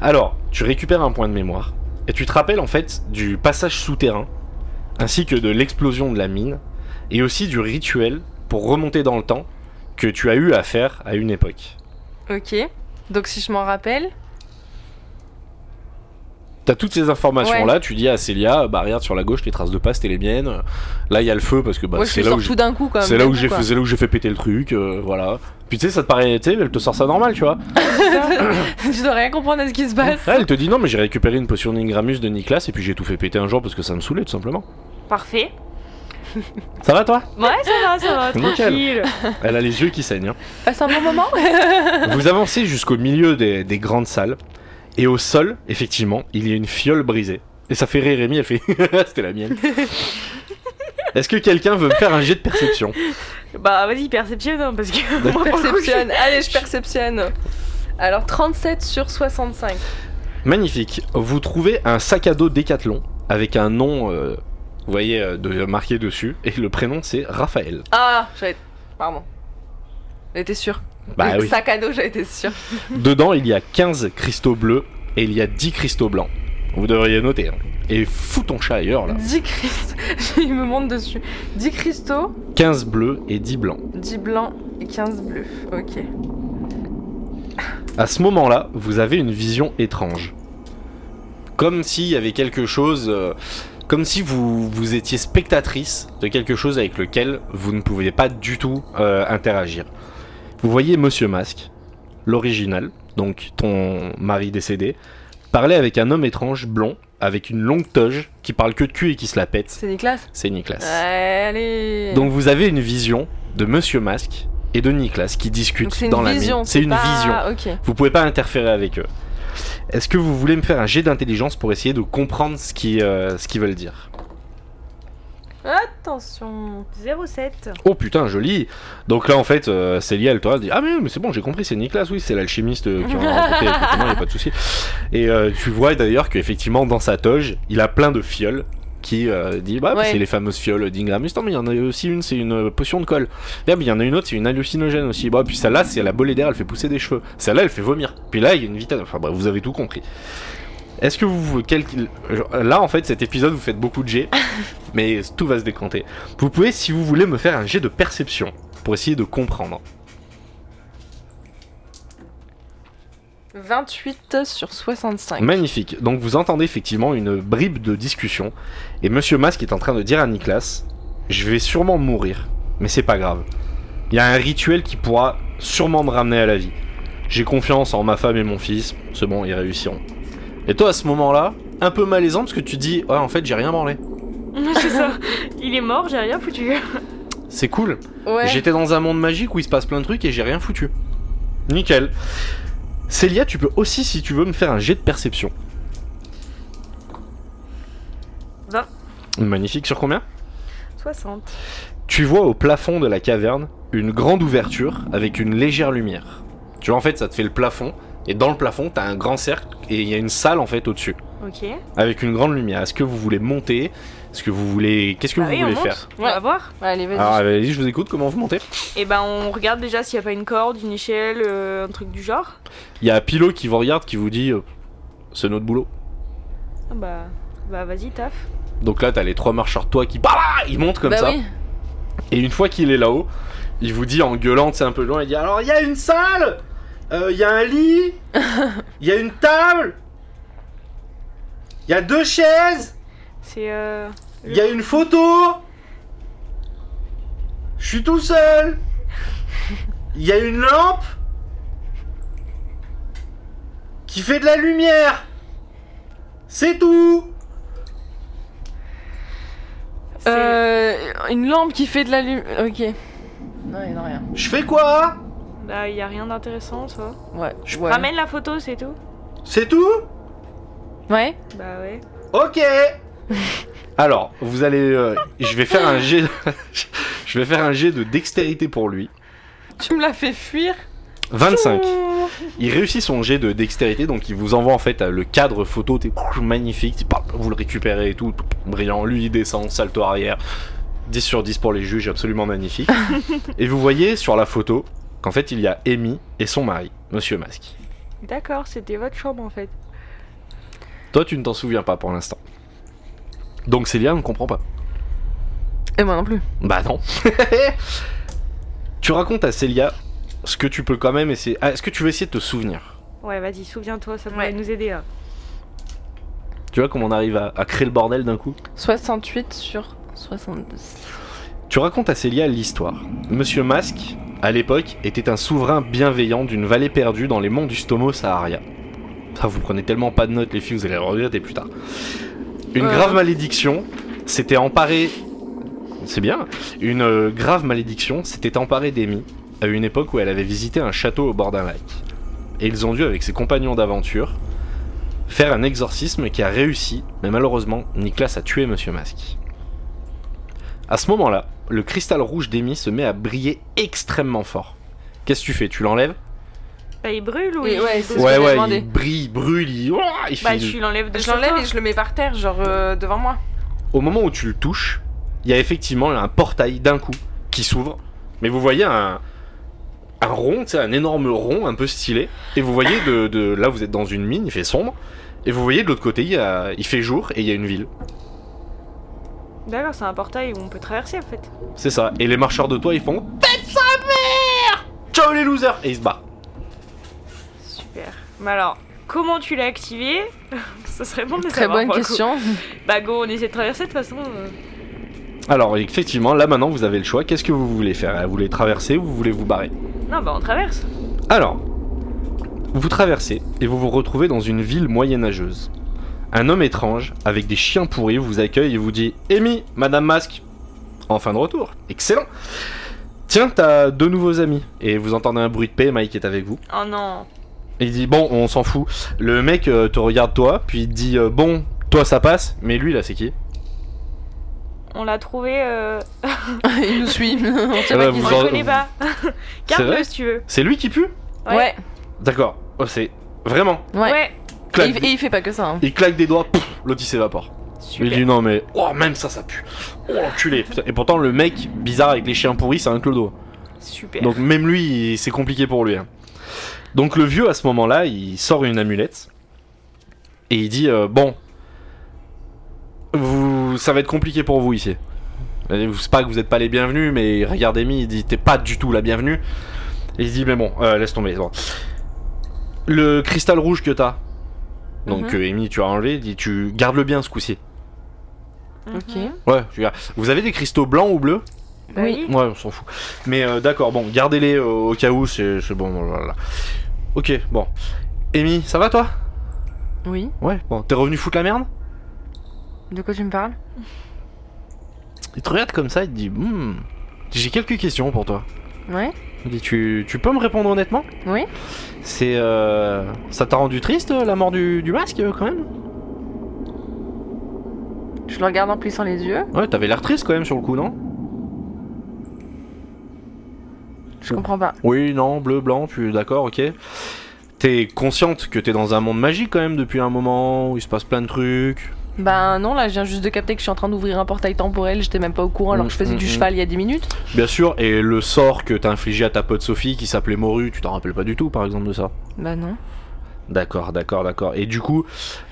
Speaker 1: Alors, tu récupères un point de mémoire et tu te rappelles en fait du passage souterrain ainsi que de l'explosion de la mine et aussi du rituel pour remonter dans le temps que tu as eu à faire à une époque.
Speaker 2: Ok. Donc si je m'en rappelle.
Speaker 1: T'as toutes ces informations là, tu dis à Célia, bah regarde sur la gauche les traces de pas c'était les miennes. Là il y a le feu parce que bah,
Speaker 2: ouais, je
Speaker 1: c'est
Speaker 2: le
Speaker 1: là
Speaker 2: sors
Speaker 1: où j'ai-
Speaker 2: tout d'un coup quand même.
Speaker 1: c'est là
Speaker 2: d'un
Speaker 1: où
Speaker 2: coup,
Speaker 1: j'ai
Speaker 2: quoi. (laughs)
Speaker 1: fait, c'est là où j'ai fait péter le truc, euh, voilà. Puis tu sais ça te paraît, tu sais, elle te sort ça normal, tu vois.
Speaker 2: je dois rien comprendre à ce qui se passe.
Speaker 1: Ouais, elle te dit non, mais j'ai récupéré une potion d'Ingramus de Nicolas et puis j'ai tout fait péter un jour parce que ça me saoulait tout simplement.
Speaker 3: Parfait.
Speaker 1: Ça va toi
Speaker 3: Ouais, ça va, ça va,
Speaker 1: (laughs) Nickel.
Speaker 3: tranquille.
Speaker 1: Elle a les yeux qui saignent. hein.
Speaker 2: Passe un bon
Speaker 1: (laughs)
Speaker 2: moment
Speaker 1: Vous avancez jusqu'au milieu des, des grandes salles et au sol, effectivement, il y a une fiole brisée. Et ça fait rire Rémi, elle fait (laughs) c'était la mienne. Est-ce que quelqu'un veut me faire un jet de perception
Speaker 3: Bah vas-y, perception, hein, parce que. (laughs) moi, pour le coup,
Speaker 2: Perceptionne. Allez, je perceptionne. Alors 37 sur 65.
Speaker 1: Magnifique. Vous trouvez un sac à dos Décathlon avec un nom, euh, vous voyez, euh, de- marqué dessus et le prénom c'est Raphaël.
Speaker 2: Ah, j'avais. Pardon. J'étais sûre.
Speaker 1: Bah
Speaker 2: Le
Speaker 1: oui.
Speaker 2: sac à dos, j'ai été sûre.
Speaker 1: Dedans, il y a 15 cristaux bleus et il y a 10 cristaux blancs. Vous devriez noter. hein. Et fous ton chat ailleurs là.
Speaker 2: 10 cristaux. (laughs) Il me monte dessus. 10 cristaux,
Speaker 1: 15 bleus et 10 blancs.
Speaker 2: 10 blancs et 15 bleus. Ok.
Speaker 1: À ce moment-là, vous avez une vision étrange. Comme s'il y avait quelque chose. euh, comme si vous, vous étiez spectatrice de quelque chose avec lequel vous ne pouviez pas du tout euh, interagir. Vous voyez Monsieur Masque, l'original, donc ton mari décédé, parler avec un homme étrange blond, avec une longue toge, qui parle que de cul et qui se la pète.
Speaker 2: C'est Nicolas
Speaker 1: C'est Nicolas.
Speaker 2: Allez
Speaker 1: Donc vous avez une vision de Monsieur Masque et de Nicolas qui discutent
Speaker 2: Donc c'est une
Speaker 1: dans la mine.
Speaker 2: vision.
Speaker 1: C'est une
Speaker 2: pas- Ah,
Speaker 1: vision.
Speaker 2: Ok.
Speaker 1: Vous pouvez pas interférer avec eux. Est-ce que vous voulez me faire un jet d'intelligence pour essayer de comprendre ce qu'ils euh, ce qu'ils veulent dire
Speaker 2: Attention.
Speaker 3: 07.
Speaker 1: Oh putain, joli Donc là, en fait, euh, Célia, elle te regarde, elle dit Ah, mais, oui, mais c'est bon, j'ai compris, c'est Nicolas, oui, c'est l'alchimiste euh, qui en a
Speaker 2: (laughs)
Speaker 1: rencontré, effectivement, y a pas de souci. Et euh, tu vois d'ailleurs qu'effectivement, dans sa toge, il a plein de fioles qui euh, dit Bah,
Speaker 2: Ouais.
Speaker 1: c'est les fameuses fioles d'Ingram. Mais attends, mais il y en a aussi une, c'est une euh, potion de colle. Là, mais il y en a une autre, c'est une hallucinogène aussi. Bah, puis celle-là, c'est la bolée d'air, elle fait pousser des cheveux. Celle-là, elle fait vomir. Puis là, il y a une vitale. Enfin, bref, vous avez tout compris. Est-ce que vous. quel- Là, en fait, cet épisode, vous faites beaucoup de jets, mais tout va se décanter. Vous pouvez, si vous voulez, me faire un jet de perception pour essayer de comprendre.
Speaker 2: 28 sur 65.
Speaker 1: Magnifique. Donc, vous entendez effectivement une bribe de discussion, et Monsieur Masque est en train de dire à Nicolas Je vais sûrement mourir, mais c'est pas grave. Il y a un rituel qui pourra sûrement me ramener à la vie. J'ai confiance en ma femme et mon fils, c'est bon, ils réussiront. Et toi, à ce moment-là, un peu malaisant parce que tu dis Ouais, en fait, j'ai rien branlé.
Speaker 3: (laughs) c'est ça. Il est mort, j'ai rien foutu.
Speaker 1: C'est cool.
Speaker 2: Ouais.
Speaker 1: J'étais dans un monde magique où il se passe plein de trucs et j'ai rien foutu. Nickel. Célia, tu peux aussi, si tu veux, me faire un jet de perception.
Speaker 3: Vingt.
Speaker 1: Magnifique, sur combien
Speaker 3: 60.
Speaker 1: Tu vois au plafond de la caverne une grande ouverture avec une légère lumière. Tu vois, en fait, ça te fait le plafond, et dans le plafond, t'as un grand cercle, et il y a une salle en fait au-dessus,
Speaker 3: Ok.
Speaker 1: avec une grande lumière. Est-ce que vous voulez monter Est-ce que vous voulez. Qu'est-ce que
Speaker 3: Bah
Speaker 1: vous
Speaker 3: oui, on
Speaker 1: voulez
Speaker 3: monte.
Speaker 1: faire
Speaker 3: On va voir.
Speaker 2: Bah, Allez, vas-y.
Speaker 1: Alors, allez-y, je vous écoute, comment vous montez
Speaker 3: Et ben on regarde déjà s'il n'y a pas une corde, une échelle, euh, un truc du genre.
Speaker 1: Il y a Pilo qui vous regarde, qui vous dit euh, C'est notre boulot.
Speaker 3: Ah Bah, bah vas-y, taf.
Speaker 1: Donc là, t'as les trois marcheurs de toi qui bah, bah, ils montent comme
Speaker 2: bah
Speaker 1: ça.
Speaker 2: oui.
Speaker 1: Et une fois qu'il est là-haut, il vous dit en gueulant, c'est un peu loin, il dit alors il y a une salle, Euh, il y a un
Speaker 2: (laughs)
Speaker 1: lit, il y a une table, il y a deux chaises,
Speaker 3: C'est euh,
Speaker 1: il y a une photo. Je suis tout seul. Il y a une lampe qui fait de la lumière. C'est tout.
Speaker 3: c'est-
Speaker 2: Euh, une lampe qui fait de la lumière. Ok. Non, il y en a rien.
Speaker 1: Je fais quoi hein
Speaker 3: Bah, y a rien d'intéressant, toi.
Speaker 2: Ouais.
Speaker 1: Je
Speaker 2: ouais.
Speaker 3: Ramène la photo, c'est tout.
Speaker 1: C'est tout
Speaker 2: Ouais.
Speaker 3: Bah ouais.
Speaker 1: Ok. (laughs) Alors, vous allez, euh, je vais faire un jet, (laughs) je vais faire un jet de dextérité pour lui.
Speaker 2: Tu me l'as fait fuir.
Speaker 1: 25. Il réussit son jet de dextérité, donc il vous envoie en fait euh, le cadre photo, t'es magnifique, t'es- pap, vous le récupérez et tout, brillant. Lui il descend, salto arrière, 10 sur 10 pour les juges, absolument magnifique. et vous voyez sur la photo qu'en fait il y a Amy et son mari, Monsieur Masque.
Speaker 3: D'accord, c'était votre chambre en fait.
Speaker 1: Toi tu ne t'en souviens pas pour l'instant. Donc Célia ne comprend pas.
Speaker 2: Et moi non plus.
Speaker 1: Bah non. (laughs) tu racontes à Célia ce que tu peux quand même essayer. Ah, Est-ce que tu veux essayer de te souvenir
Speaker 3: Ouais, vas-y, souviens-toi, ça pourrait
Speaker 2: Ouais.
Speaker 3: nous aider hein. là.
Speaker 1: Tu vois comment on arrive à, à créer le bordel d'un coup
Speaker 2: 68 sur 72.
Speaker 1: Tu racontes à Célia l'histoire. Monsieur Masque, à l'époque, était un souverain bienveillant d'une vallée perdue dans les monts du Stomo Saharia. Ah, vous prenez tellement pas de notes, les filles, vous allez le regretter plus tard. Une
Speaker 2: Euh.
Speaker 1: grave malédiction s'était emparée. C'est bien. Une euh, grave malédiction s'était emparée d'Amy à une époque où elle avait visité un château au bord d'un lac. Et ils ont dû, avec ses compagnons d'aventure, faire un exorcisme qui a réussi, mais malheureusement, Nicolas a tué Monsieur Masque. À ce moment-là, le cristal rouge d'Amy se met à briller extrêmement fort. Qu'est-ce que tu fais Tu l'enlèves
Speaker 3: Bah, il brûle ou
Speaker 2: Oui,
Speaker 3: il-
Speaker 2: ouais, c'est-
Speaker 3: il-
Speaker 2: ce que j'ai demandé.
Speaker 1: il brille, il brûle, il, Ouah, il fait
Speaker 3: Bah,
Speaker 1: une-
Speaker 3: tu l'enlèves de
Speaker 2: Je
Speaker 3: chez
Speaker 2: l'enlève
Speaker 3: toi.
Speaker 2: et je le mets par terre, genre euh, devant moi.
Speaker 1: Au moment où tu le touches, il y a effectivement un portail d'un coup qui s'ouvre, mais vous voyez un, un rond, tu sais, un énorme rond un peu stylé. Et vous voyez, de, de- là vous êtes dans une mine, il fait sombre. Et vous voyez de l'autre côté, il, y a- il fait jour et il y a une ville.
Speaker 3: D'accord, c'est un portail où on peut traverser en fait.
Speaker 1: C'est ça. Et les marcheurs de toit, ils font Tête sa mère Ciao les losers Et ils se barrent.
Speaker 3: Super. Mais alors, comment tu l'as activé (laughs) Ça serait bon de le
Speaker 2: Très
Speaker 3: savoir,
Speaker 2: bonne
Speaker 3: pour le coup.
Speaker 2: question.
Speaker 3: Bah go, on essaie de traverser de toute façon. euh.
Speaker 1: Alors, effectivement, là maintenant vous avez le choix. Qu'est-ce que vous voulez faire Vous voulez traverser ou vous voulez vous barrer
Speaker 3: Non, bah on traverse.
Speaker 1: Alors, vous traversez et vous vous retrouvez dans une ville moyenâgeuse. Un homme étrange, avec des chiens pourris, vous accueille et vous dit Amy, Madame Masque En fin de retour, excellent Tiens, t'as deux nouveaux amis. Et vous entendez un bruit de paix, Mike est avec vous.
Speaker 3: Oh non.
Speaker 1: Et il dit Bon, on s'en fout. Le mec euh, te regarde, toi, puis il te dit euh, Bon, toi ça passe, mais lui là c'est qui
Speaker 3: On l'a trouvé. Euh...
Speaker 2: (laughs) Il nous (laughs) suit. On sait
Speaker 1: Ah
Speaker 2: pas
Speaker 1: bah,
Speaker 2: qui
Speaker 1: vous
Speaker 3: on
Speaker 2: c'est.
Speaker 1: en-
Speaker 3: le connaît pas.
Speaker 1: vrai
Speaker 3: Garde-le si tu veux.
Speaker 1: C'est lui qui pue
Speaker 3: Ouais.
Speaker 2: Ouais,
Speaker 1: D'accord, Oh, c'est vraiment.
Speaker 2: ouais. Et
Speaker 1: Claque
Speaker 2: il, et il fait pas que ça. hein.
Speaker 1: Il claque des doigts, pouf, l'autre il s'évapore. Il
Speaker 3: Super.
Speaker 1: dit non mais, oh même ça ça pue. Oh l'enculé. Putain, Et pourtant le mec bizarre avec les chiens pourris c'est un clodo.
Speaker 3: Super.
Speaker 1: Donc même lui il- c'est compliqué pour lui. hein. Donc le vieux à ce moment là il sort une amulette et il dit euh, bon, vous, ça va être compliqué pour vous ici. Et vous- C'est pas que vous n'êtes pas les bienvenus mais regarde Amy il dit t'es pas du tout la bienvenue. Et il dit mais bon euh, laisse tomber. bon. Le cristal rouge que t'as. Donc
Speaker 2: Mhm.
Speaker 1: euh, Amy tu as enlevé, il dit tu gardes le bien ce coup-ci.
Speaker 3: Mhm.
Speaker 2: Ok.
Speaker 1: Ouais, je veux dire, vous avez des cristaux blancs ou bleus
Speaker 3: Bah
Speaker 2: Oui.
Speaker 3: oui.
Speaker 1: Ouais, on s'en fout. Mais euh, d'accord, bon, gardez-les euh, au cas où, c'est c'est bon, voilà. Ok, bon. Amy, ça va toi
Speaker 2: Oui.
Speaker 1: Ouais, bon, t'es revenu foutre la merde
Speaker 2: De quoi tu me parles
Speaker 1: Il te regarde comme ça, il te dit, hmm, j'ai quelques questions pour toi.
Speaker 2: Ouais.
Speaker 1: Il dit, tu, tu peux me répondre honnêtement
Speaker 2: Oui.
Speaker 1: C'est... euh, ça t'a rendu triste, la mort du, du masque, euh, quand même
Speaker 2: Je le regarde en plissant les yeux.
Speaker 1: Ouais, t'avais l'air triste quand même sur le coup, non
Speaker 2: Je comprends pas.
Speaker 1: Oui, non, bleu, blanc, puis d'accord, ok. T'es consciente que t'es dans un monde magique quand même depuis un moment, où il se passe plein de trucs.
Speaker 2: Bah non, là, je viens juste de capter que je suis en train d'ouvrir un portail temporel. J'étais même pas au courant alors que je faisais
Speaker 1: Mm,
Speaker 2: du
Speaker 1: mm,
Speaker 2: cheval il y a 10 minutes.
Speaker 1: Bien sûr, et le sort que t'as infligé à ta pote Sophie qui s'appelait Morue, tu t'en rappelles pas du tout par exemple de ça
Speaker 2: Bah non.
Speaker 1: D'accord, d'accord, d'accord. Et du coup,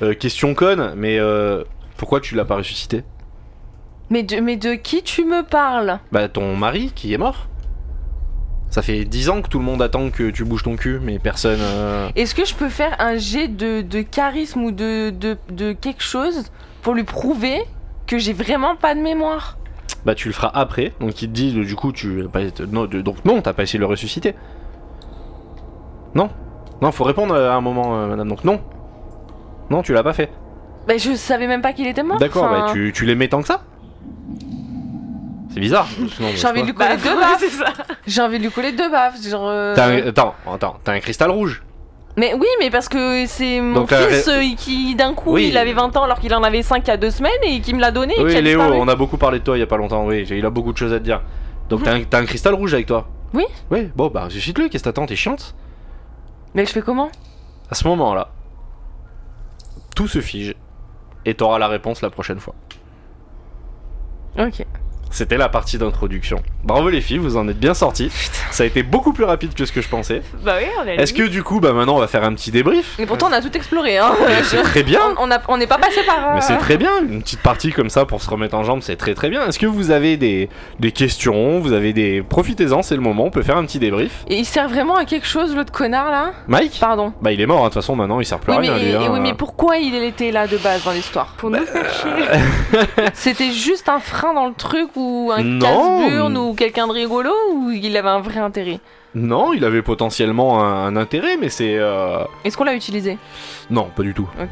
Speaker 1: euh, question conne, mais euh, pourquoi tu l'as pas ressuscité
Speaker 2: Mais de, mais de qui tu me parles
Speaker 1: Bah ton mari qui est mort ça fait 10 ans que tout le monde attend que tu bouges ton cul, mais personne. euh,
Speaker 2: Est-ce que je peux faire un jet de, de charisme ou de, de, de quelque chose pour lui prouver que j'ai vraiment pas de mémoire
Speaker 1: Bah tu le feras après, donc il te dit du coup tu. bah, non, de- donc non, t'as pas essayé de le ressusciter. Non, non, faut répondre à un moment, euh, madame. Donc non, non, tu l'as pas fait.
Speaker 2: Bah je savais même pas qu'il était mort.
Speaker 1: D'accord,
Speaker 2: enfin,
Speaker 1: bah tu, tu l'aimais tant que ça C'est bizarre. Sinon, je sais
Speaker 2: J'ai envie
Speaker 1: pas.
Speaker 2: de lui coller (laughs) deux
Speaker 3: ouais,
Speaker 2: baffes.
Speaker 3: c'est Bah, ça.
Speaker 2: J'ai envie de lui coller deux baffes. Genre. euh,
Speaker 1: T'as un- Attends, attends, t'as un cristal rouge.
Speaker 2: Mais oui, mais parce que c'est mon
Speaker 1: Donc, la
Speaker 2: fils euh, qui d'un coup
Speaker 1: Oui.
Speaker 2: il avait 20 ans alors qu'il en avait 5 il y a 2 semaines et qui me l'a donné. et qui
Speaker 1: Oui,
Speaker 2: a
Speaker 1: Léo,
Speaker 2: disparu.
Speaker 1: on a beaucoup parlé de toi il y a pas longtemps. Oui, j'ai- il a beaucoup de choses à te dire. Donc t'as un, t'as un cristal rouge avec toi.
Speaker 2: Oui.
Speaker 1: Oui, bon bah ressuscite-le, qu'est-ce que t'attends T'es chiante
Speaker 2: Mais je fais comment
Speaker 1: À ce moment-là, tout se fige et t'auras la réponse la prochaine fois.
Speaker 2: Ok.
Speaker 1: C'était la partie d'introduction. Bravo les filles, vous en êtes bien sorties. Ça a été beaucoup plus rapide que ce que je pensais.
Speaker 3: Bah oui, on est.
Speaker 1: Est-ce que du coup, bah maintenant on va faire un petit débrief
Speaker 2: Mais pourtant on a tout
Speaker 1: (laughs)
Speaker 2: exploré hein.
Speaker 1: Mais C'est très bien.
Speaker 2: On- On a- on n'est pas passé par.
Speaker 1: Mais c'est
Speaker 2: euh,
Speaker 1: très bien, une petite partie comme ça pour se remettre en jambe, c'est très très bien. Est-ce que vous avez des, des questions Vous avez des. Profitez-en, c'est le moment, on peut faire un petit débrief.
Speaker 2: Et il sert vraiment à quelque chose l'autre connard là
Speaker 1: Mike
Speaker 2: Pardon.
Speaker 1: Bah il est mort, hein, de toute façon maintenant il sert plus
Speaker 2: Oui
Speaker 1: à
Speaker 2: mais,
Speaker 1: rien lui.
Speaker 2: et-
Speaker 1: hein.
Speaker 2: oui, mais pourquoi il était là de base dans l'histoire
Speaker 3: Pour nous
Speaker 1: Bah.
Speaker 3: faire chier.
Speaker 1: (laughs)
Speaker 2: C'était juste un frein dans le truc ou un
Speaker 1: Non.
Speaker 2: casse-burne ou quelqu'un de rigolo ou il avait un vrai intérêt
Speaker 1: Non, il avait potentiellement un, un intérêt, mais c'est. euh,
Speaker 2: Est-ce qu'on l'a utilisé
Speaker 1: Non, pas du tout.
Speaker 2: Ok.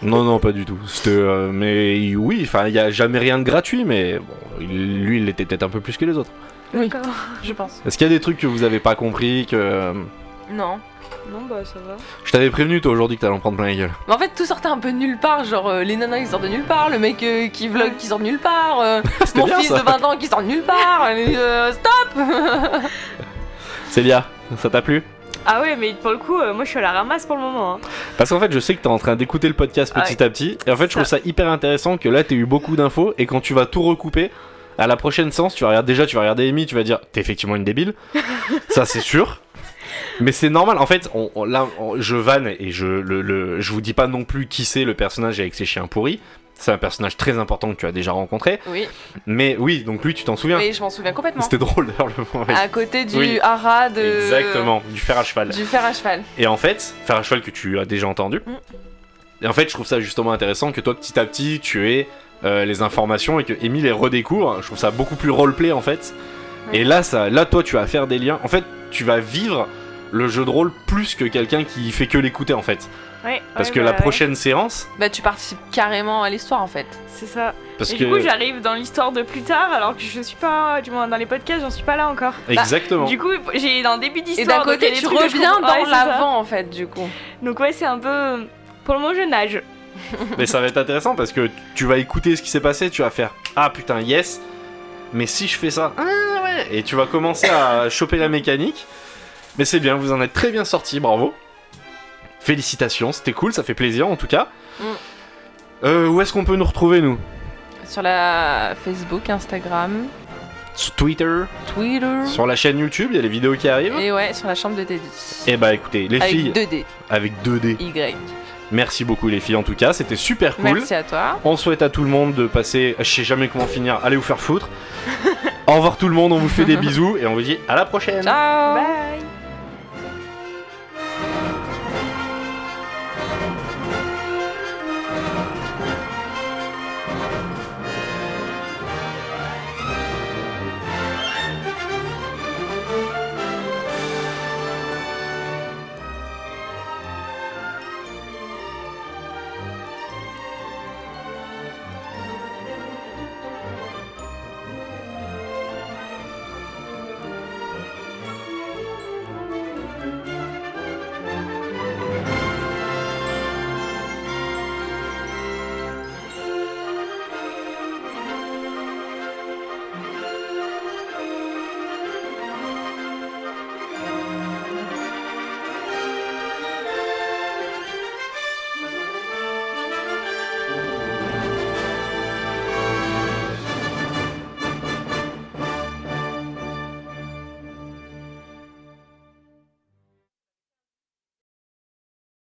Speaker 1: Non, non, pas du tout. C'était. euh, Mais il- oui, enfin il n'y a jamais rien de gratuit, mais bon, il- lui il l'était peut-être un peu plus que les autres.
Speaker 2: Oui.
Speaker 3: D'accord.
Speaker 2: (laughs) Je pense.
Speaker 1: Est-ce qu'il y a des trucs que vous avez pas compris que. euh,
Speaker 2: Non.
Speaker 3: Non, bah ça va.
Speaker 1: Je t'avais prévenu toi aujourd'hui que t'allais en prendre plein la gueule.
Speaker 2: Mais en fait, tout sortait un peu de nulle part. Genre, euh, les nanas qui sortent de nulle part, le mec euh, qui vlog qui sort de nulle part, euh,
Speaker 1: C'était
Speaker 2: mon
Speaker 1: bien,
Speaker 2: fils
Speaker 1: ça.
Speaker 2: de 20 ans qui sort de nulle part. euh, stop
Speaker 1: Célia, ça t'a plu
Speaker 3: Ah ouais, mais pour le coup, euh, moi je suis à la ramasse pour le moment. hein.
Speaker 1: Parce qu'en fait, je sais que t'es en train d'écouter le podcast petit à petit. Et en fait, je trouve ça hyper intéressant que là, t'aies eu beaucoup d'infos. Et quand tu vas tout recouper,
Speaker 2: (laughs)
Speaker 1: à la prochaine séance, tu vas regarder déjà, tu vas regarder Amy, tu vas dire, t'es effectivement une débile. ça, c'est sûr. Mais c'est normal. En fait, on, on- là, on- je vanne et je, le, le- je vous dis pas non plus qui c'est le personnage avec ses chiens pourris. C'est un personnage très important que tu as déjà rencontré.
Speaker 2: Oui,
Speaker 1: Mais oui, donc lui, tu t'en souviens.
Speaker 2: mais je m'en souviens complètement.
Speaker 1: C'était drôle d'ailleurs le moment.
Speaker 2: À côté du
Speaker 1: Oui.
Speaker 2: haras de.
Speaker 1: Exactement, du fer à cheval.
Speaker 2: Du fer à cheval.
Speaker 1: Et en fait, faire un cheval que tu as déjà entendu.
Speaker 3: Mm.
Speaker 1: Et en fait, je trouve ça justement intéressant que toi, petit à petit, tu aies euh, les informations et que Amy les redécouvre. Je trouve ça beaucoup plus roleplay en fait.
Speaker 2: Ouais.
Speaker 1: Et là, ça, là, toi, tu vas faire des liens. En fait, tu vas vivre le jeu de rôle plus que quelqu'un qui fait que l'écouter en fait.
Speaker 3: Ouais,
Speaker 1: Parce
Speaker 3: ouais,
Speaker 1: que
Speaker 3: bah,
Speaker 1: la
Speaker 3: ouais.
Speaker 1: prochaine séance,
Speaker 2: Bah, tu participes carrément à l'histoire en fait.
Speaker 3: C'est ça.
Speaker 1: parce
Speaker 3: et
Speaker 1: que
Speaker 3: du coup, j'arrive dans l'histoire de plus tard, alors que je suis pas, du moins dans les podcasts, j'en suis pas là encore.
Speaker 1: exactement.
Speaker 3: bah, Du coup, j'ai un début
Speaker 2: Et d'un
Speaker 3: d'histoire. donc il y a
Speaker 2: côté,
Speaker 3: des
Speaker 2: tu
Speaker 3: trucs que je
Speaker 2: reviens
Speaker 3: comprends-
Speaker 2: dans
Speaker 3: Ouais, c'est ça.
Speaker 2: l'avant en fait, du coup.
Speaker 3: Donc ouais, c'est un peu pour le moment je nage.
Speaker 1: Mais ça va être intéressant parce que tu vas écouter ce qui s'est passé, tu vas faire ah putain yes, mais si je fais ça, ah ouais, et tu vas commencer à choper la mécanique. Mais c'est bien, vous en êtes très bien sorti, bravo. Félicitations, c'était cool, ça fait plaisir en tout cas.
Speaker 2: Mm.
Speaker 1: Euh, où est-ce qu'on peut nous retrouver nous
Speaker 2: Sur la Facebook, Instagram,
Speaker 1: Sur Twitter,
Speaker 2: Twitter.
Speaker 1: sur la chaîne YouTube, il y a les vidéos qui arrivent.
Speaker 2: Mm. Et ouais, sur la chambre de Teddy.
Speaker 1: Et bah écoutez, les
Speaker 2: Avec
Speaker 1: filles
Speaker 2: 2D,
Speaker 1: avec 2D,
Speaker 2: Y.
Speaker 1: merci beaucoup les filles en tout cas, c'était super cool.
Speaker 2: Merci à toi.
Speaker 1: On souhaite à tout le monde de passer, je sais jamais comment finir, allez vous faire foutre. Au revoir tout le monde, on vous fait des bisous et on vous dit à la prochaine.
Speaker 2: Ciao.
Speaker 3: Bye.